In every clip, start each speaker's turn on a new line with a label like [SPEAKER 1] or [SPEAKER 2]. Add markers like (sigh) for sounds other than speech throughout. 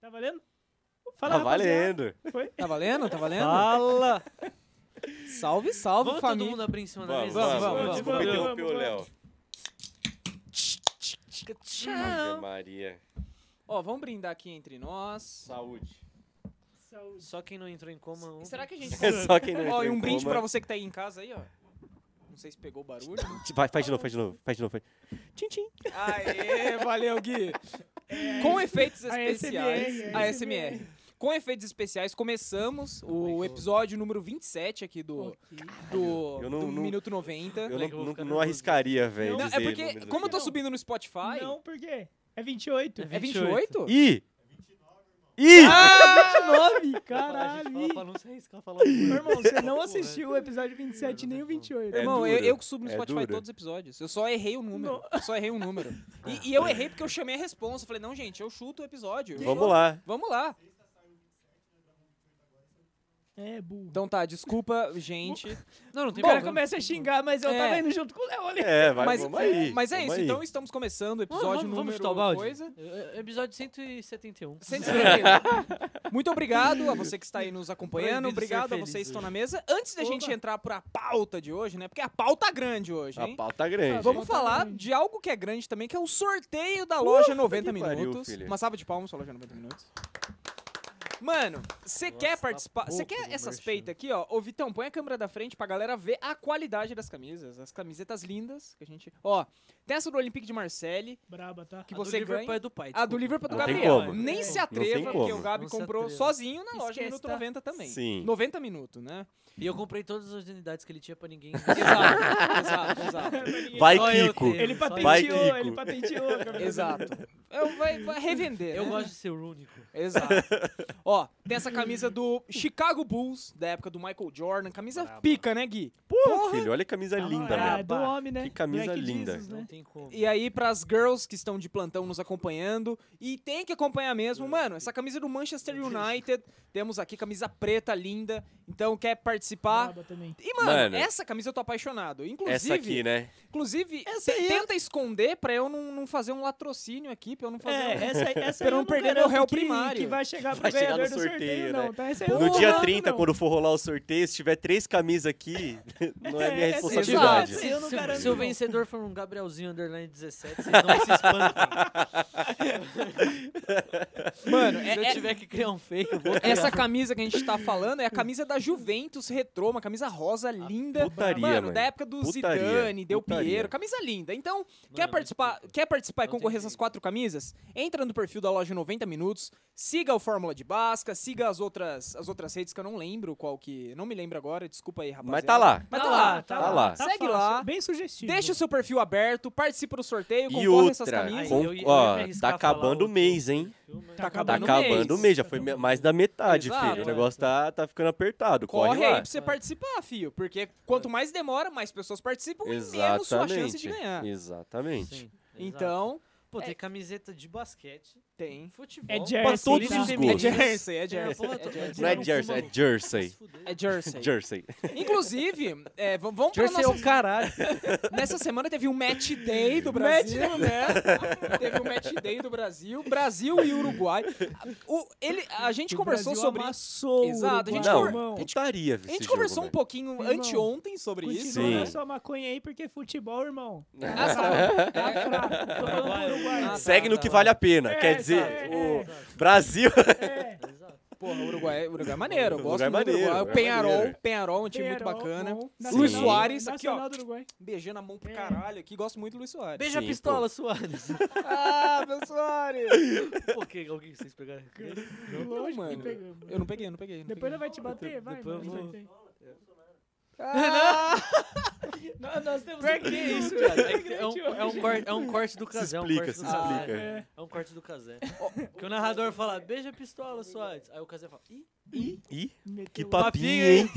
[SPEAKER 1] Tá valendo? Fala,
[SPEAKER 2] Tá
[SPEAKER 1] rapaziada.
[SPEAKER 2] valendo.
[SPEAKER 1] Foi?
[SPEAKER 3] Tá valendo? Tá valendo?
[SPEAKER 2] Ah.
[SPEAKER 1] Fala!
[SPEAKER 3] Salve, salve,
[SPEAKER 4] Vamos todo
[SPEAKER 3] família.
[SPEAKER 4] mundo abrir em cima da
[SPEAKER 2] Vamos,
[SPEAKER 4] mesa.
[SPEAKER 3] vamos,
[SPEAKER 2] vamos,
[SPEAKER 3] vamos,
[SPEAKER 2] vamos. Desculpa
[SPEAKER 1] vamos.
[SPEAKER 2] interromper o
[SPEAKER 1] Vamos,
[SPEAKER 2] Léo. Ave
[SPEAKER 4] Tchau.
[SPEAKER 2] Maria.
[SPEAKER 3] Ó, vamos brindar aqui entre nós.
[SPEAKER 2] Saúde.
[SPEAKER 1] Saúde.
[SPEAKER 4] Só quem não entrou em coma um.
[SPEAKER 3] E será que
[SPEAKER 2] (laughs)
[SPEAKER 3] a gente...
[SPEAKER 2] É só quem não
[SPEAKER 3] Ó,
[SPEAKER 2] entrou
[SPEAKER 3] e um
[SPEAKER 2] em
[SPEAKER 3] brinde
[SPEAKER 2] coma.
[SPEAKER 3] pra você que tá aí em casa aí, ó. Não sei se pegou o (laughs) barulho.
[SPEAKER 2] Vai, faz de novo, faz de novo, faz de novo. Faz... Tchim, tchim.
[SPEAKER 3] Aê, valeu, Gui. Com efeitos especiais.
[SPEAKER 1] ASMR.
[SPEAKER 3] É A SMR. Com efeitos especiais, começamos o episódio número 27 aqui do, do,
[SPEAKER 2] Eu não-
[SPEAKER 3] do
[SPEAKER 2] não-
[SPEAKER 3] Minuto 90.
[SPEAKER 2] Eu
[SPEAKER 4] Moleque, eu
[SPEAKER 2] não,
[SPEAKER 4] vou
[SPEAKER 2] não,
[SPEAKER 4] ficar
[SPEAKER 2] não
[SPEAKER 4] nervoso.
[SPEAKER 2] arriscaria, velho.
[SPEAKER 3] Não,
[SPEAKER 2] dizer assim.
[SPEAKER 3] é porque,
[SPEAKER 2] números
[SPEAKER 3] como eu tô
[SPEAKER 2] aqui.
[SPEAKER 3] subindo no Spotify,
[SPEAKER 1] Não, por quê? É 28.
[SPEAKER 3] é 28?
[SPEAKER 2] Ih! Ih!
[SPEAKER 3] Ah!
[SPEAKER 1] 29,
[SPEAKER 4] A gente
[SPEAKER 1] É caralho.
[SPEAKER 4] fala pra não se arriscar falar
[SPEAKER 1] Meu irmão, você não
[SPEAKER 4] Porra.
[SPEAKER 1] assistiu o episódio 27 nem o
[SPEAKER 3] então.
[SPEAKER 1] 28.
[SPEAKER 2] É
[SPEAKER 3] Irmão, eu,
[SPEAKER 2] duro.
[SPEAKER 3] eu que subo no
[SPEAKER 2] É
[SPEAKER 3] Spotify
[SPEAKER 2] duro.
[SPEAKER 3] todos os episódios. Eu só errei o número. Eu só errei o número. E, e eu errei porque eu chamei a responsa. Eu falei, não, gente, eu chuto o episódio. Eu
[SPEAKER 2] Vamos
[SPEAKER 3] sou-
[SPEAKER 2] lá.
[SPEAKER 3] Vamos lá.
[SPEAKER 1] É, burro.
[SPEAKER 3] Então tá, desculpa, gente.
[SPEAKER 4] Não, não
[SPEAKER 1] O
[SPEAKER 4] tem
[SPEAKER 1] cara
[SPEAKER 4] problema.
[SPEAKER 1] começa a xingar, mas eu
[SPEAKER 3] É.
[SPEAKER 1] tava indo junto com o Léo ali.
[SPEAKER 2] É, vai,
[SPEAKER 3] mas,
[SPEAKER 2] vamos aí.
[SPEAKER 3] mas é
[SPEAKER 2] vamos
[SPEAKER 3] isso,
[SPEAKER 2] aí.
[SPEAKER 3] então estamos começando o episódio
[SPEAKER 4] vamos, vamos
[SPEAKER 3] número
[SPEAKER 4] chutar o balde?
[SPEAKER 3] coisa.
[SPEAKER 4] É, é Episódio
[SPEAKER 2] (laughs)
[SPEAKER 4] 171.
[SPEAKER 3] 171. Muito obrigado a você que está aí nos acompanhando.
[SPEAKER 4] Proibido
[SPEAKER 3] Obrigado
[SPEAKER 4] ser
[SPEAKER 3] a
[SPEAKER 4] feliz
[SPEAKER 3] vocês que estão
[SPEAKER 4] hoje.
[SPEAKER 3] na mesa. Antes da
[SPEAKER 1] Oba.
[SPEAKER 3] gente entrar por a pauta de hoje, né? Porque a pauta é grande hoje,
[SPEAKER 2] A
[SPEAKER 3] hein?
[SPEAKER 2] pauta grande.
[SPEAKER 3] Vamos
[SPEAKER 1] Pauta
[SPEAKER 3] falar
[SPEAKER 1] grande.
[SPEAKER 3] de algo que é grande também, que é o sorteio da loja 90
[SPEAKER 2] que pariu,
[SPEAKER 3] Minutos.
[SPEAKER 2] filho.
[SPEAKER 3] Uma salva de palmas pra loja 90 Minutos. Mano, você quer
[SPEAKER 4] tá
[SPEAKER 3] participar? Você
[SPEAKER 4] pouco
[SPEAKER 3] quer
[SPEAKER 4] do
[SPEAKER 3] essas
[SPEAKER 4] merchan.
[SPEAKER 3] peitas aqui, ó? Ô, Vitão, põe a câmera da frente pra galera ver a qualidade das camisas. As camisetas lindas que a gente. Ó, tem essa do Olympique de Marseille,
[SPEAKER 1] Braba, tá?
[SPEAKER 3] que
[SPEAKER 4] a
[SPEAKER 3] você
[SPEAKER 4] do Liverpool
[SPEAKER 3] ganha.
[SPEAKER 4] é do pai.
[SPEAKER 3] A do
[SPEAKER 4] desculpa.
[SPEAKER 3] Liverpool do
[SPEAKER 2] Não tem
[SPEAKER 3] Gabriel.
[SPEAKER 2] como.
[SPEAKER 3] Nem
[SPEAKER 1] É.
[SPEAKER 3] se
[SPEAKER 1] Não
[SPEAKER 2] tem
[SPEAKER 3] atreva, porque o
[SPEAKER 2] como.
[SPEAKER 3] Gabi
[SPEAKER 4] Não se
[SPEAKER 3] comprou
[SPEAKER 4] atreva.
[SPEAKER 3] sozinho na loja
[SPEAKER 1] Esquece,
[SPEAKER 3] Minuto
[SPEAKER 1] tá?
[SPEAKER 3] 90 também.
[SPEAKER 2] Sim.
[SPEAKER 3] 90 minutos, né?
[SPEAKER 4] E eu comprei todas as unidades que ele tinha pra ninguém.
[SPEAKER 3] Exato, (laughs) exato, exato.
[SPEAKER 2] (laughs) Vai,
[SPEAKER 4] Só eu
[SPEAKER 2] Kiko.
[SPEAKER 4] tenho,
[SPEAKER 1] Ele
[SPEAKER 4] só eu
[SPEAKER 1] patenteou,
[SPEAKER 2] Vai, Kiko.
[SPEAKER 1] ele
[SPEAKER 3] (laughs)
[SPEAKER 1] patenteou. a cabeça
[SPEAKER 3] Exato.
[SPEAKER 4] (laughs)
[SPEAKER 3] Eu, vai, vai revender.
[SPEAKER 4] Eu
[SPEAKER 3] né?
[SPEAKER 4] gosto de ser o único.
[SPEAKER 1] (laughs)
[SPEAKER 3] Exato. Ó, tem essa camisa do Chicago Bulls, da época do Michael Jordan. Camisa
[SPEAKER 4] Braba.
[SPEAKER 3] pica, né, Gui?
[SPEAKER 2] Pô, filho, olha a camisa
[SPEAKER 1] dele.
[SPEAKER 2] É linda,
[SPEAKER 1] Ah,
[SPEAKER 2] velho.
[SPEAKER 1] do homem, né?
[SPEAKER 2] Que camisa
[SPEAKER 1] Black
[SPEAKER 2] linda.
[SPEAKER 1] Jesus,
[SPEAKER 4] Não
[SPEAKER 3] Então,
[SPEAKER 1] né?
[SPEAKER 4] tem como.
[SPEAKER 3] E aí, pras girls que estão de plantão nos acompanhando, e tem que acompanhar mesmo,
[SPEAKER 1] Hum.
[SPEAKER 3] mano, essa camisa do Manchester United. Temos aqui camisa preta, linda. Então, quer participar?
[SPEAKER 1] Braba também.
[SPEAKER 3] E, mano,
[SPEAKER 2] Mano.
[SPEAKER 3] essa camisa eu tô apaixonado. Inclusive,
[SPEAKER 2] Essa aqui, né?
[SPEAKER 3] inclusive
[SPEAKER 1] Essa aí
[SPEAKER 3] te-
[SPEAKER 1] é-
[SPEAKER 3] tenta esconder pra eu não, não fazer um latrocínio aqui, pra eu não fazer
[SPEAKER 1] É,
[SPEAKER 3] um-
[SPEAKER 1] essa, essa
[SPEAKER 3] Pra
[SPEAKER 1] aí
[SPEAKER 3] não
[SPEAKER 1] eu
[SPEAKER 3] perder meu
[SPEAKER 1] garanto
[SPEAKER 3] réu
[SPEAKER 1] que-
[SPEAKER 3] primário.
[SPEAKER 1] Que vai chegar pro
[SPEAKER 2] Vai chegar
[SPEAKER 1] ganhador
[SPEAKER 2] no
[SPEAKER 1] do sorteio,
[SPEAKER 2] sorteio,
[SPEAKER 1] não.
[SPEAKER 2] né?
[SPEAKER 1] Tá? Essa aí eu
[SPEAKER 2] No
[SPEAKER 1] não
[SPEAKER 2] dia
[SPEAKER 1] garanto,
[SPEAKER 2] 30,
[SPEAKER 1] não.
[SPEAKER 2] quando for rolar o sorteio, se tiver três camisas aqui, (laughs) não é minha
[SPEAKER 1] É, é
[SPEAKER 2] responsabilidade.
[SPEAKER 1] exato. eu não
[SPEAKER 4] se,
[SPEAKER 1] garanto,
[SPEAKER 4] se o
[SPEAKER 1] não.
[SPEAKER 4] vencedor for um Gabrielzinho Underline 17, vocês não se espantem.
[SPEAKER 3] Mano,
[SPEAKER 4] Se
[SPEAKER 3] é,
[SPEAKER 4] eu
[SPEAKER 3] é-
[SPEAKER 4] tiver que criar um fake, eu vou criar.
[SPEAKER 3] Essa camisa que a gente tá falando é a camisa da Juventus retrô, uma camisa rosa linda.
[SPEAKER 2] putaria, mano.
[SPEAKER 3] da época do
[SPEAKER 2] Putaria,
[SPEAKER 3] Zidane, Del
[SPEAKER 2] putaria.
[SPEAKER 3] Piero, camisa linda. Então,
[SPEAKER 4] Mano, é
[SPEAKER 3] quer participar, quer participar e
[SPEAKER 4] Não
[SPEAKER 3] concorrer
[SPEAKER 4] tem
[SPEAKER 3] essas
[SPEAKER 4] jeito.
[SPEAKER 3] quatro camisas? Entra no perfil da loja 90 minutos, siga o Fórmula de Basca, siga as outras as outras redes que eu não lembro qual que, não me lembro agora, desculpa aí, rapaziada.
[SPEAKER 2] Mas tá lá.
[SPEAKER 3] Mas tá lá.
[SPEAKER 2] tá lá.
[SPEAKER 3] Segue
[SPEAKER 1] fácil,
[SPEAKER 3] lá.
[SPEAKER 1] Bem sugestivo.
[SPEAKER 3] Deixa o seu perfil aberto, participa do sorteio,
[SPEAKER 2] E
[SPEAKER 3] concorre essas
[SPEAKER 2] outra,
[SPEAKER 3] camisas.
[SPEAKER 2] com-
[SPEAKER 4] Ai, eu ia- eu ia
[SPEAKER 2] ó,
[SPEAKER 4] me arriscar
[SPEAKER 2] tá
[SPEAKER 4] a falar
[SPEAKER 2] acabando o
[SPEAKER 4] outro
[SPEAKER 2] mês, hein?
[SPEAKER 4] filme, mas-
[SPEAKER 1] Tá
[SPEAKER 2] Tá
[SPEAKER 1] acabando o
[SPEAKER 2] acabando o mês, já foi me- mais da metade,
[SPEAKER 3] Exato,
[SPEAKER 2] filho. O
[SPEAKER 3] é.
[SPEAKER 2] negócio tá, tá ficando apertado, corre,
[SPEAKER 3] Corre aí
[SPEAKER 2] lá.
[SPEAKER 3] pra você participar, fio. Porque quanto mais demora, mais pessoas participam e um menos sua chance de
[SPEAKER 2] Exatamente.
[SPEAKER 3] ganhar.
[SPEAKER 2] Exatamente.
[SPEAKER 4] Sim, exato.
[SPEAKER 3] Então,
[SPEAKER 4] Pô, tem camiseta de basquete,
[SPEAKER 3] tem.
[SPEAKER 4] futebol.
[SPEAKER 1] É jersey,
[SPEAKER 2] Pra todos
[SPEAKER 1] tá?
[SPEAKER 2] os
[SPEAKER 3] É
[SPEAKER 2] gostos.
[SPEAKER 3] Jersey, é
[SPEAKER 4] É,
[SPEAKER 3] Jersey.
[SPEAKER 4] porra, tô-
[SPEAKER 3] É
[SPEAKER 2] Não
[SPEAKER 3] Jersey.
[SPEAKER 2] é jersey, é jersey.
[SPEAKER 3] É Jersey.
[SPEAKER 2] (laughs) Jersey.
[SPEAKER 3] Inclusive, é, v- vamos pra
[SPEAKER 4] Jersey é o
[SPEAKER 3] nossa...
[SPEAKER 4] caralho.
[SPEAKER 3] (laughs) Nessa semana teve um match day do Brasil, né? teve um match day do Brasil. Brasil e Uruguai. O, ele, a gente
[SPEAKER 1] O
[SPEAKER 3] conversou
[SPEAKER 1] Brasil
[SPEAKER 3] sobre...
[SPEAKER 1] Amassou o
[SPEAKER 3] Exato, a gente
[SPEAKER 1] Uruguai,
[SPEAKER 3] conver-
[SPEAKER 1] irmão.
[SPEAKER 2] Não, putaria,
[SPEAKER 3] A gente conversou
[SPEAKER 2] né?
[SPEAKER 3] um pouquinho
[SPEAKER 1] Irmão,
[SPEAKER 3] anteontem sobre isso.
[SPEAKER 1] Continua
[SPEAKER 3] né?
[SPEAKER 2] Sim.
[SPEAKER 1] na sua maconha aí, porque futebol, irmão. Tá
[SPEAKER 3] Ah,
[SPEAKER 1] (laughs)
[SPEAKER 3] sabe?
[SPEAKER 1] fraco. Tô falando pro Uruguai.
[SPEAKER 3] Ah,
[SPEAKER 2] É. Segue
[SPEAKER 3] tá,
[SPEAKER 2] no que
[SPEAKER 3] tá.
[SPEAKER 2] vale a pena.
[SPEAKER 1] É,
[SPEAKER 2] Quer dizer,
[SPEAKER 1] exato,
[SPEAKER 2] o
[SPEAKER 1] é.
[SPEAKER 2] Brasil. (laughs)
[SPEAKER 1] É.
[SPEAKER 4] Exato.
[SPEAKER 3] Porra, Uruguai, Uruguai é maneiro, eu gosto
[SPEAKER 2] Uruguai é
[SPEAKER 3] muito do Uruguai.
[SPEAKER 2] maneiro,
[SPEAKER 3] O
[SPEAKER 2] Uruguai é
[SPEAKER 3] Penharol,
[SPEAKER 2] maneiro.
[SPEAKER 3] Penharol é um time muito
[SPEAKER 1] Penharol,
[SPEAKER 3] bacana.
[SPEAKER 1] bom.
[SPEAKER 3] Luiz
[SPEAKER 2] Sim.
[SPEAKER 3] Soares, aqui ó,
[SPEAKER 1] Nacional do Uruguai.
[SPEAKER 3] beijando a mão pro
[SPEAKER 1] É.
[SPEAKER 3] caralho aqui, gosto muito do Luiz Soares.
[SPEAKER 4] Beija
[SPEAKER 2] Sim,
[SPEAKER 4] a
[SPEAKER 2] pô.
[SPEAKER 4] pistola, Soares.
[SPEAKER 3] Ah, meu Soares!
[SPEAKER 4] (laughs) Pô, que, alguém que vocês pegaram?
[SPEAKER 1] Lógico que
[SPEAKER 3] mano.
[SPEAKER 1] pegamos.
[SPEAKER 3] Eu não peguei, não peguei. Não
[SPEAKER 1] Depois ela
[SPEAKER 3] peguei.
[SPEAKER 1] vai te bater, vai.
[SPEAKER 4] Depois eu
[SPEAKER 1] mano.
[SPEAKER 3] (laughs) Ah,
[SPEAKER 1] Nós- Nós
[SPEAKER 4] um
[SPEAKER 1] temos
[SPEAKER 3] Pra que isso, cara?
[SPEAKER 4] É, que é um, é, um corte, é um corte do
[SPEAKER 2] Se
[SPEAKER 4] casé. é um
[SPEAKER 2] explica,
[SPEAKER 4] corte
[SPEAKER 2] se
[SPEAKER 4] do casé.
[SPEAKER 2] explica.
[SPEAKER 1] É.
[SPEAKER 4] É um corte do casé. Que o narrador fala, beija a pistola, Soares. Aí o casé fala, ih,
[SPEAKER 1] Ih,
[SPEAKER 2] Ih,
[SPEAKER 1] meteu
[SPEAKER 2] que
[SPEAKER 1] o-
[SPEAKER 2] papinho, hein?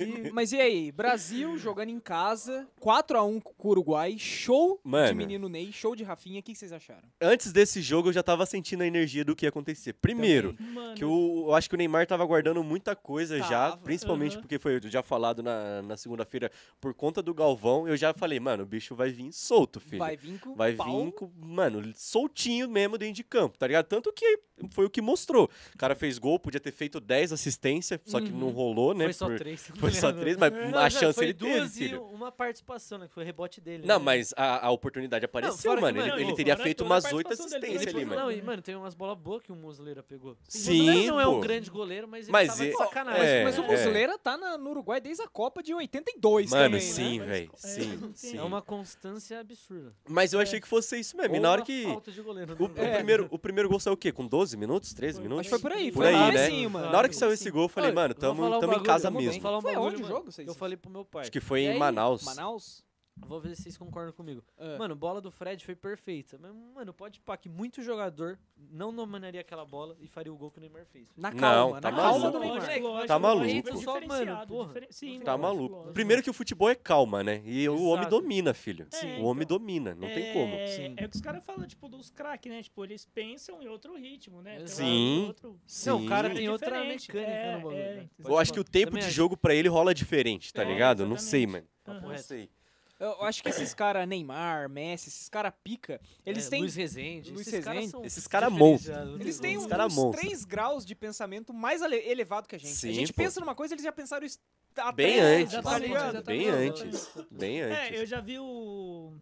[SPEAKER 3] E- Mas e aí? Brasil jogando em casa, 4x1 com o Uruguai, show de
[SPEAKER 2] Mano.
[SPEAKER 3] menino Ney, show de Rafinha. O que que vocês acharam?
[SPEAKER 2] Antes desse jogo eu já tava sentindo a energia do que ia acontecer. Primeiro,
[SPEAKER 1] Mano,
[SPEAKER 2] Que o- eu acho que o Neymar tava guardando muita coisa já,
[SPEAKER 3] Tava,
[SPEAKER 2] principalmente
[SPEAKER 1] aham.
[SPEAKER 2] porque foi já falado na, na segunda-feira por conta do Galvão. Eu já falei, mano, o bicho vai vir solto, filho.
[SPEAKER 3] Vai vir com
[SPEAKER 2] Vai
[SPEAKER 3] pau.
[SPEAKER 2] vir, com- mano, soltinho mesmo dentro de campo, tá ligado? Tanto que foi o que mostrou. O cara fez gol, podia ter feito 10 assistências, só que não rolou, né?
[SPEAKER 4] Uhum. Foi só
[SPEAKER 2] por-
[SPEAKER 4] três. não
[SPEAKER 2] Foi só
[SPEAKER 4] lembro.
[SPEAKER 2] três, mas
[SPEAKER 4] Não,
[SPEAKER 2] a
[SPEAKER 4] não,
[SPEAKER 2] chance
[SPEAKER 4] foi
[SPEAKER 2] ele teve,
[SPEAKER 4] duas e
[SPEAKER 2] filho.
[SPEAKER 4] uma participação, né? Que foi o rebote dele.
[SPEAKER 2] Não,
[SPEAKER 4] né?
[SPEAKER 2] mas a, a oportunidade apareceu,
[SPEAKER 4] fora que,
[SPEAKER 2] mano.
[SPEAKER 4] mano,
[SPEAKER 2] ele,
[SPEAKER 4] não,
[SPEAKER 2] ele teria
[SPEAKER 1] fora
[SPEAKER 2] feito
[SPEAKER 1] toda a
[SPEAKER 2] umas 8
[SPEAKER 1] participação dele,
[SPEAKER 2] assistências
[SPEAKER 1] depois
[SPEAKER 2] ali,
[SPEAKER 1] não,
[SPEAKER 2] mano.
[SPEAKER 4] tipo, Não, e, mano, tem umas bolas boas que o Muslera pegou.
[SPEAKER 2] Sim,
[SPEAKER 4] O Muslera não é um
[SPEAKER 2] pô.
[SPEAKER 4] grande goleiro, mas ele
[SPEAKER 2] Mas
[SPEAKER 4] tava
[SPEAKER 2] e-
[SPEAKER 4] de
[SPEAKER 3] Mas,
[SPEAKER 4] sacanagem.
[SPEAKER 2] É,
[SPEAKER 3] mas o
[SPEAKER 2] é.
[SPEAKER 3] Muslera tá na- no Uruguai desde a Copa de 82
[SPEAKER 2] Mano,
[SPEAKER 3] também, né?
[SPEAKER 2] sim,
[SPEAKER 1] Mas-
[SPEAKER 2] velho.
[SPEAKER 1] é,
[SPEAKER 2] Sim,
[SPEAKER 1] não tem.
[SPEAKER 2] sim.
[SPEAKER 4] É uma constância absurda.
[SPEAKER 2] Mas eu achei que fosse isso mesmo. E
[SPEAKER 4] Ou
[SPEAKER 2] É, na hora
[SPEAKER 4] uma
[SPEAKER 2] que.
[SPEAKER 4] falta de goleiro, né?
[SPEAKER 2] O, o
[SPEAKER 3] É.
[SPEAKER 2] primeiro, o primeiro gol saiu o quê? Com 12 minutos? 13
[SPEAKER 1] Foi.
[SPEAKER 2] minutos?
[SPEAKER 3] Acho que foi por aí,
[SPEAKER 2] Por
[SPEAKER 3] foi
[SPEAKER 2] aí,
[SPEAKER 3] lá,
[SPEAKER 2] né?
[SPEAKER 3] sim, mano.
[SPEAKER 2] Na hora que saiu esse gol, eu falei,
[SPEAKER 4] Olha,
[SPEAKER 2] mano,
[SPEAKER 4] eu vou
[SPEAKER 2] tamo,
[SPEAKER 4] falar um
[SPEAKER 2] tamo em
[SPEAKER 4] bagulho,
[SPEAKER 2] casa
[SPEAKER 4] vamos
[SPEAKER 3] bem.
[SPEAKER 2] mesmo.
[SPEAKER 3] Fala-
[SPEAKER 4] falar um
[SPEAKER 3] Foi
[SPEAKER 4] bagulho,
[SPEAKER 3] onde o
[SPEAKER 4] mano.
[SPEAKER 3] jogo, vocês?
[SPEAKER 4] Eu falei pro meu pai.
[SPEAKER 2] Acho que foi
[SPEAKER 4] E
[SPEAKER 2] em
[SPEAKER 4] aí,
[SPEAKER 2] Manaus.
[SPEAKER 3] Manaus?
[SPEAKER 4] Vou ver se vocês concordam comigo.
[SPEAKER 2] É.
[SPEAKER 3] Ah.
[SPEAKER 4] Mano, a bola do Fred foi perfeita. Mas, mano, pode pá que muito jogador não nominaria aquela bola e faria o gol que o Neymar fez.
[SPEAKER 3] na
[SPEAKER 2] Não,
[SPEAKER 3] calma,
[SPEAKER 2] tá
[SPEAKER 3] na calma
[SPEAKER 2] maluco.
[SPEAKER 3] do Neymar.
[SPEAKER 1] Lógico, lógico,
[SPEAKER 2] Tá maluco.
[SPEAKER 1] lógico,
[SPEAKER 4] Só, mano,
[SPEAKER 1] diferenciado,
[SPEAKER 4] porra.
[SPEAKER 1] diferen- Sim,
[SPEAKER 2] Tá
[SPEAKER 4] Lógico,
[SPEAKER 2] maluco.
[SPEAKER 1] lógico.
[SPEAKER 2] Primeiro que o futebol é calma, né? E o homem
[SPEAKER 4] é né? Exato.
[SPEAKER 2] domina, filho.
[SPEAKER 1] É,
[SPEAKER 2] o homem
[SPEAKER 1] então.
[SPEAKER 2] domina, não
[SPEAKER 1] É,
[SPEAKER 2] tem como.
[SPEAKER 4] Sim.
[SPEAKER 1] É o que os caras falam, tipo, dos craques, né? Tipo, eles pensam em outro ritmo, né? Tem
[SPEAKER 2] Sim.
[SPEAKER 1] um outro-
[SPEAKER 2] Sim.
[SPEAKER 4] Não, o cara
[SPEAKER 1] Sim.
[SPEAKER 4] tem outra
[SPEAKER 1] Diferente,
[SPEAKER 4] mecânica
[SPEAKER 1] é,
[SPEAKER 4] no bagulho.
[SPEAKER 1] é.
[SPEAKER 4] né?
[SPEAKER 3] então.
[SPEAKER 2] Eu acho que o tempo
[SPEAKER 4] Também
[SPEAKER 2] de
[SPEAKER 4] acho.
[SPEAKER 2] jogo pra ele rola diferente, tá
[SPEAKER 1] É,
[SPEAKER 2] ligado? Eu Não
[SPEAKER 1] exatamente.
[SPEAKER 2] sei, mano.
[SPEAKER 1] Aham.
[SPEAKER 2] Não
[SPEAKER 4] Correto.
[SPEAKER 2] sei.
[SPEAKER 3] Eu acho que esses caras, Neymar, Messi, esses caras pica, eles
[SPEAKER 4] É,
[SPEAKER 3] têm
[SPEAKER 4] Luiz Rezende.
[SPEAKER 3] Luiz
[SPEAKER 4] esses caras
[SPEAKER 3] Rezende.
[SPEAKER 4] são
[SPEAKER 2] Esses caras monstros.
[SPEAKER 4] diferenciados, não tem
[SPEAKER 3] Eles têm um-
[SPEAKER 4] como.
[SPEAKER 2] Os
[SPEAKER 3] uns
[SPEAKER 2] cara é monstro.
[SPEAKER 3] 3 graus de pensamento mais ale- elevado que a gente. a
[SPEAKER 2] Sim,
[SPEAKER 3] gente
[SPEAKER 2] pô.
[SPEAKER 3] pensa numa coisa, eles já pensaram isso até
[SPEAKER 2] Bem antes.
[SPEAKER 3] Tá
[SPEAKER 1] exatamente,
[SPEAKER 3] ligado?
[SPEAKER 1] exatamente.
[SPEAKER 2] Bem antes. Bem
[SPEAKER 1] É,
[SPEAKER 2] antes.
[SPEAKER 1] eu já vi o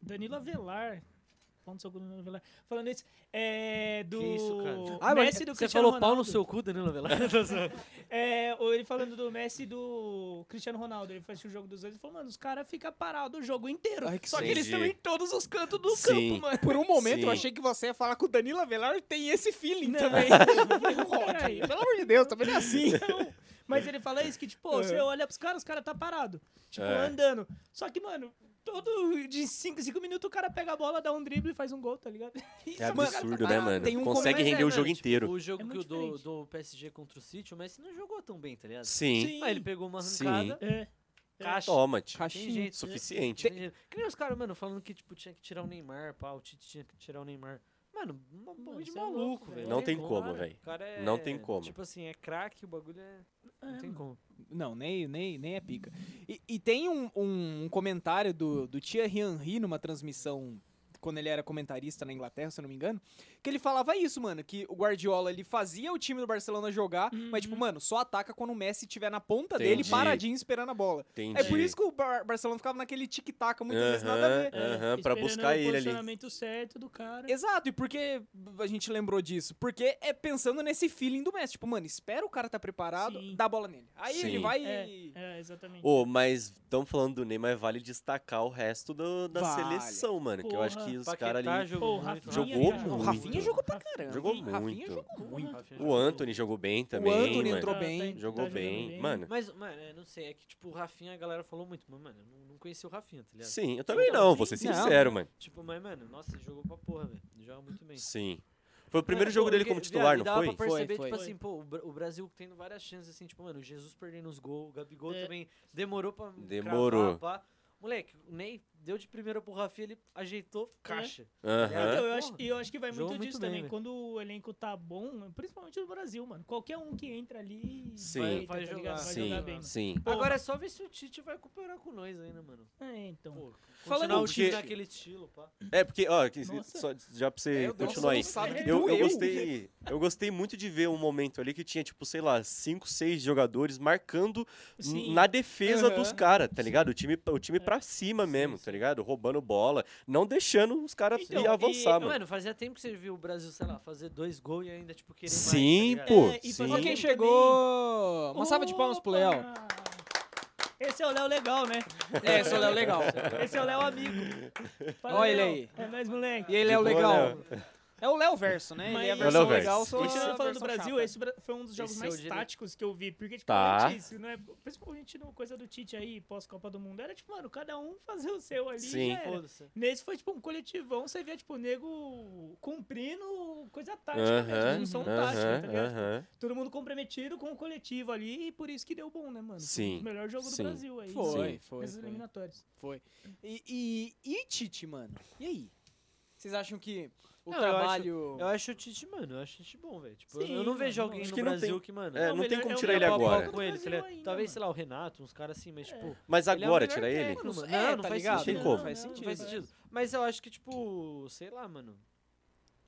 [SPEAKER 1] Danilo Avelar. Falando sobre o Danilo Avelar. Falando isso, é do
[SPEAKER 4] Que isso, cara.
[SPEAKER 3] Ah, mas
[SPEAKER 1] Messi e do
[SPEAKER 4] Você
[SPEAKER 1] Cristiano
[SPEAKER 4] falou pau
[SPEAKER 1] Ronaldo.
[SPEAKER 4] no seu cu, Danilo Avelar.
[SPEAKER 1] É, ou ele falando do Messi e do Cristiano Ronaldo. Ele faz o jogo dos dois e falou, mano, os caras ficam parados o jogo inteiro.
[SPEAKER 3] Ai, que
[SPEAKER 1] Só que eles
[SPEAKER 2] entendi.
[SPEAKER 1] estão em todos os cantos do
[SPEAKER 2] Sim.
[SPEAKER 1] Tá campo, mano.
[SPEAKER 3] Por um momento eu
[SPEAKER 2] Sim.
[SPEAKER 3] achei que você ia falar que o Danilo Avelar tem esse feeling
[SPEAKER 1] Não. (laughs)
[SPEAKER 3] também.
[SPEAKER 1] Peraí.
[SPEAKER 3] Pelo amor de Deus, também não é assim.
[SPEAKER 1] Não. Mas ele fala isso, que tipo,
[SPEAKER 3] É.
[SPEAKER 1] você olha pros caras, os caras tá parado. Tipo,
[SPEAKER 2] É.
[SPEAKER 1] andando. Só que, mano, todo de 5 5 minutos o cara pega a bola, dá um drible e faz um gol, tá ligado?
[SPEAKER 2] É
[SPEAKER 1] Só que o cara tá
[SPEAKER 2] absurdo, né,
[SPEAKER 1] parado.
[SPEAKER 2] mano?
[SPEAKER 3] tem um
[SPEAKER 2] Consegue
[SPEAKER 3] começo,
[SPEAKER 2] render
[SPEAKER 4] é,
[SPEAKER 2] o
[SPEAKER 4] mano,
[SPEAKER 2] jogo
[SPEAKER 4] tipo,
[SPEAKER 2] inteiro.
[SPEAKER 4] O jogo
[SPEAKER 1] É
[SPEAKER 4] que o
[SPEAKER 1] muito
[SPEAKER 4] do,
[SPEAKER 1] diferente.
[SPEAKER 4] do PSG contra o City, o Messi não jogou tão bem, tá ligado?
[SPEAKER 2] Sim.
[SPEAKER 1] Sim.
[SPEAKER 4] Aí ele pegou uma
[SPEAKER 2] Sim.
[SPEAKER 4] arrancada,
[SPEAKER 1] É.
[SPEAKER 4] caixa,
[SPEAKER 2] Toma, tio.
[SPEAKER 4] tem jeito.
[SPEAKER 2] Suficiente.
[SPEAKER 4] Tem jeito. Que nem os caras, mano, falando que tipo, tinha que tirar o Neymar, pá, o Tite tinha que tirar o Neymar. Mano, um bagulho de
[SPEAKER 1] isso é louco,
[SPEAKER 4] maluco,
[SPEAKER 1] velho.
[SPEAKER 4] velho.
[SPEAKER 2] Não tem como,
[SPEAKER 4] cara.
[SPEAKER 2] velho.
[SPEAKER 4] O cara é-
[SPEAKER 2] Não tem como.
[SPEAKER 4] Tipo assim, é craque, o bagulho é... Não tem como.
[SPEAKER 3] Não, nem, nem, nem é pica. E, e tem um, um- um comentário do, do Thierry Henry numa transmissão, quando ele era comentarista na Inglaterra, se eu não me engano, que ele falava isso, mano, que o Guardiola, ele fazia o time do Barcelona jogar, mas
[SPEAKER 1] Uhum.
[SPEAKER 3] tipo, mano, só ataca quando o Messi estiver na ponta dele,
[SPEAKER 2] Entendi.
[SPEAKER 3] paradinho, esperando a bola.
[SPEAKER 2] Entendi.
[SPEAKER 3] É por isso que o Bar- Barcelona ficava naquele tic-tac muitas vezes, nada a ver.
[SPEAKER 2] Aham, aham, pra
[SPEAKER 1] É, Esperando
[SPEAKER 2] buscar
[SPEAKER 1] o
[SPEAKER 2] ele ali.
[SPEAKER 1] posicionamento certo do cara.
[SPEAKER 3] Exato, e por que a gente lembrou disso? Porque é pensando nesse feeling do Messi. Tipo, mano, espera o cara tá preparado,
[SPEAKER 1] Sim.
[SPEAKER 3] dá a bola nele. Aí ele
[SPEAKER 2] Sim.
[SPEAKER 3] vai e...
[SPEAKER 1] É, é, exatamente.
[SPEAKER 2] Ô, mas estamos falando do Neymar, vale destacar o resto do- da
[SPEAKER 3] Vale.
[SPEAKER 2] seleção, mano. Que eu acho
[SPEAKER 1] Porra,
[SPEAKER 2] que os
[SPEAKER 4] Paquetá
[SPEAKER 2] caras ali.
[SPEAKER 1] Pô,
[SPEAKER 4] jogou
[SPEAKER 1] o
[SPEAKER 4] muito.
[SPEAKER 1] Rafinha, cara.
[SPEAKER 2] Jogou muito.
[SPEAKER 3] O Rafinha jogou pra caramba.
[SPEAKER 2] Jogou
[SPEAKER 3] hein? Rafinha
[SPEAKER 2] muito.
[SPEAKER 3] jogou muito.
[SPEAKER 4] Rafinha
[SPEAKER 2] O Anthony né? jogou bem também.
[SPEAKER 3] Anthony
[SPEAKER 2] mano.
[SPEAKER 3] entrou
[SPEAKER 1] Tá,
[SPEAKER 3] bem.
[SPEAKER 2] Jogou
[SPEAKER 1] jogando
[SPEAKER 2] bem. Mano,
[SPEAKER 4] Mas, mano, eu não sei, é que tipo, o Rafinha, a galera falou muito, mas, mano, eu não, não conheci o Rafinha, tá ligado?
[SPEAKER 2] sim, eu também
[SPEAKER 4] Não,
[SPEAKER 2] não,
[SPEAKER 4] sim.
[SPEAKER 2] vou ser
[SPEAKER 3] Não.
[SPEAKER 2] sincero, mano.
[SPEAKER 4] Tipo, mas, mano, nossa, ele jogou pra porra, velho. Ele Joga muito bem.
[SPEAKER 2] Sim. Foi o primeiro
[SPEAKER 4] Mano,
[SPEAKER 2] jogo
[SPEAKER 4] pô,
[SPEAKER 2] dele
[SPEAKER 4] porque,
[SPEAKER 2] como
[SPEAKER 4] viado,
[SPEAKER 2] titular, não
[SPEAKER 4] dava
[SPEAKER 2] foi?
[SPEAKER 4] Pra perceber,
[SPEAKER 3] Foi,
[SPEAKER 4] tipo
[SPEAKER 1] foi.
[SPEAKER 4] assim, pô, o Bra- o Brasil tendo várias chances, assim, tipo, mano, o Jesus perdendo os gols, o Gabigol
[SPEAKER 1] É.
[SPEAKER 4] também demorou pra
[SPEAKER 2] Demorou.
[SPEAKER 4] cravar, pá. Moleque, o Ney deu de primeira pro Rafinha, ele ajeitou,
[SPEAKER 1] É.
[SPEAKER 4] caixa.
[SPEAKER 1] Então,
[SPEAKER 2] Aham.
[SPEAKER 1] eu
[SPEAKER 4] Porra.
[SPEAKER 1] acho, e eu acho que vai muito
[SPEAKER 4] Jogou muito
[SPEAKER 1] disso
[SPEAKER 4] bem,
[SPEAKER 1] também.
[SPEAKER 4] velho.
[SPEAKER 1] Quando o elenco tá bom, principalmente no Brasil, mano. Qualquer um que entra ali
[SPEAKER 2] Sim.
[SPEAKER 1] vai,
[SPEAKER 4] Vai
[SPEAKER 1] tá ligado?
[SPEAKER 4] jogar.
[SPEAKER 1] Vai
[SPEAKER 2] Sim,
[SPEAKER 1] jogar bem.
[SPEAKER 2] sim.
[SPEAKER 1] Porra.
[SPEAKER 4] Agora é só ver se o Tite vai cooperar com nós ainda, mano.
[SPEAKER 1] É, então.
[SPEAKER 4] Pô,
[SPEAKER 3] Falando
[SPEAKER 4] continuar o
[SPEAKER 2] do
[SPEAKER 4] time
[SPEAKER 2] Tite.
[SPEAKER 4] naquele estilo, pá.
[SPEAKER 2] É, porque, ó, que-
[SPEAKER 1] Nossa.
[SPEAKER 2] só, já pra
[SPEAKER 3] É,
[SPEAKER 2] você
[SPEAKER 3] eu dei uma
[SPEAKER 2] continuar aí.
[SPEAKER 3] soluçada que
[SPEAKER 2] Eu, eu
[SPEAKER 3] doeu.
[SPEAKER 2] gostei, eu gostei muito de ver um momento ali que tinha, tipo, sei lá, cinco, seis jogadores marcando
[SPEAKER 1] Sim.
[SPEAKER 2] na defesa
[SPEAKER 3] Aham.
[SPEAKER 2] dos caras, tá ligado? O time, o time pra cima mesmo, tá ligado? Roubando bola, não deixando os caras
[SPEAKER 1] Então,
[SPEAKER 2] ir avançar,
[SPEAKER 4] E, é
[SPEAKER 2] mano.
[SPEAKER 4] mano, fazia tempo que você viu o Brasil, sei lá, fazer dois gols e ainda, tipo, querer
[SPEAKER 2] Sim,
[SPEAKER 4] mais, tá ligado?
[SPEAKER 2] pô,
[SPEAKER 1] É, e
[SPEAKER 2] sim.
[SPEAKER 1] pra
[SPEAKER 3] Ó quem
[SPEAKER 1] Também.
[SPEAKER 3] chegou! Uma salva de palmas pro Léo.
[SPEAKER 1] Opa! Esse é o Léo legal, né?
[SPEAKER 3] É, esse é o Léo
[SPEAKER 1] (laughs)
[SPEAKER 3] legal. (laughs)
[SPEAKER 1] Esse é o Léo amigo. Fala,
[SPEAKER 3] Ó ele
[SPEAKER 1] Léo.
[SPEAKER 3] aí.
[SPEAKER 1] É nós, moleque.
[SPEAKER 3] E ele é o
[SPEAKER 2] boa,
[SPEAKER 3] legal.
[SPEAKER 2] Léo.
[SPEAKER 3] É o Léo Verso, né? Ele é a
[SPEAKER 1] Mas-
[SPEAKER 2] É o
[SPEAKER 3] versão
[SPEAKER 2] Léo
[SPEAKER 3] legal,
[SPEAKER 2] Verso.
[SPEAKER 3] só a
[SPEAKER 1] Continuando falando do
[SPEAKER 3] versão
[SPEAKER 1] Brasil,
[SPEAKER 3] chata.
[SPEAKER 1] esse bra- foi um dos jogos
[SPEAKER 4] Esse é o
[SPEAKER 1] mais
[SPEAKER 4] direito.
[SPEAKER 1] táticos que eu vi. Porque, tipo,
[SPEAKER 2] Tá.
[SPEAKER 1] antes, não é, principalmente no coisa do Tite aí, pós-Copa do Mundo, era tipo, mano, cada um fazer o seu ali. e
[SPEAKER 2] Sim.
[SPEAKER 1] já era.
[SPEAKER 4] Foda-se.
[SPEAKER 1] Nesse foi tipo um coletivão, você via, tipo, nego cumprindo coisa tática, né?
[SPEAKER 2] Aham,
[SPEAKER 1] Função tática,
[SPEAKER 2] Aham,
[SPEAKER 1] tá ligado?
[SPEAKER 2] aham.
[SPEAKER 1] Todo mundo comprometido com o coletivo ali e por isso que deu bom, né, mano?
[SPEAKER 2] Sim,
[SPEAKER 1] O melhor jogo
[SPEAKER 2] sim.
[SPEAKER 1] do Brasil aí.
[SPEAKER 3] Foi,
[SPEAKER 2] Sim.
[SPEAKER 3] foi,
[SPEAKER 1] Nessas
[SPEAKER 3] foi.
[SPEAKER 1] eliminatórias.
[SPEAKER 3] foi. E, e, e Tite, mano? E aí? Vocês acham que o
[SPEAKER 4] Não, eu acho-
[SPEAKER 3] trabalho...
[SPEAKER 4] Eu acho o Tite, mano, eu acho o Tite bom, velho. Tipo, eu-
[SPEAKER 1] Sim,
[SPEAKER 4] eu não vejo
[SPEAKER 1] mano,
[SPEAKER 4] alguém
[SPEAKER 2] acho
[SPEAKER 4] no
[SPEAKER 2] que não
[SPEAKER 4] Brasil
[SPEAKER 2] tem-
[SPEAKER 4] que, mano.
[SPEAKER 2] É,
[SPEAKER 1] É, o
[SPEAKER 2] não tem
[SPEAKER 1] melhor-
[SPEAKER 2] como
[SPEAKER 1] é o
[SPEAKER 2] tirar ele
[SPEAKER 1] melhor
[SPEAKER 2] agora.
[SPEAKER 1] bloco do
[SPEAKER 4] Com ele, tá
[SPEAKER 1] Brasil
[SPEAKER 4] ligado?
[SPEAKER 1] ainda,
[SPEAKER 4] Talvez,
[SPEAKER 1] mano.
[SPEAKER 4] sei lá, o Renato, uns caras assim, mas,
[SPEAKER 1] É.
[SPEAKER 4] tipo.
[SPEAKER 2] Mas
[SPEAKER 4] Ele é o
[SPEAKER 2] agora,
[SPEAKER 4] melhor
[SPEAKER 2] tira ele?
[SPEAKER 4] técnico, mano.
[SPEAKER 3] É,
[SPEAKER 4] Não,
[SPEAKER 3] tá
[SPEAKER 4] não faz
[SPEAKER 3] ligado?
[SPEAKER 4] sentido.
[SPEAKER 2] Tem como.
[SPEAKER 4] Não faz
[SPEAKER 1] Não, não
[SPEAKER 4] sentido.
[SPEAKER 1] faz
[SPEAKER 4] Mas eu acho que, tipo, sei lá, mano.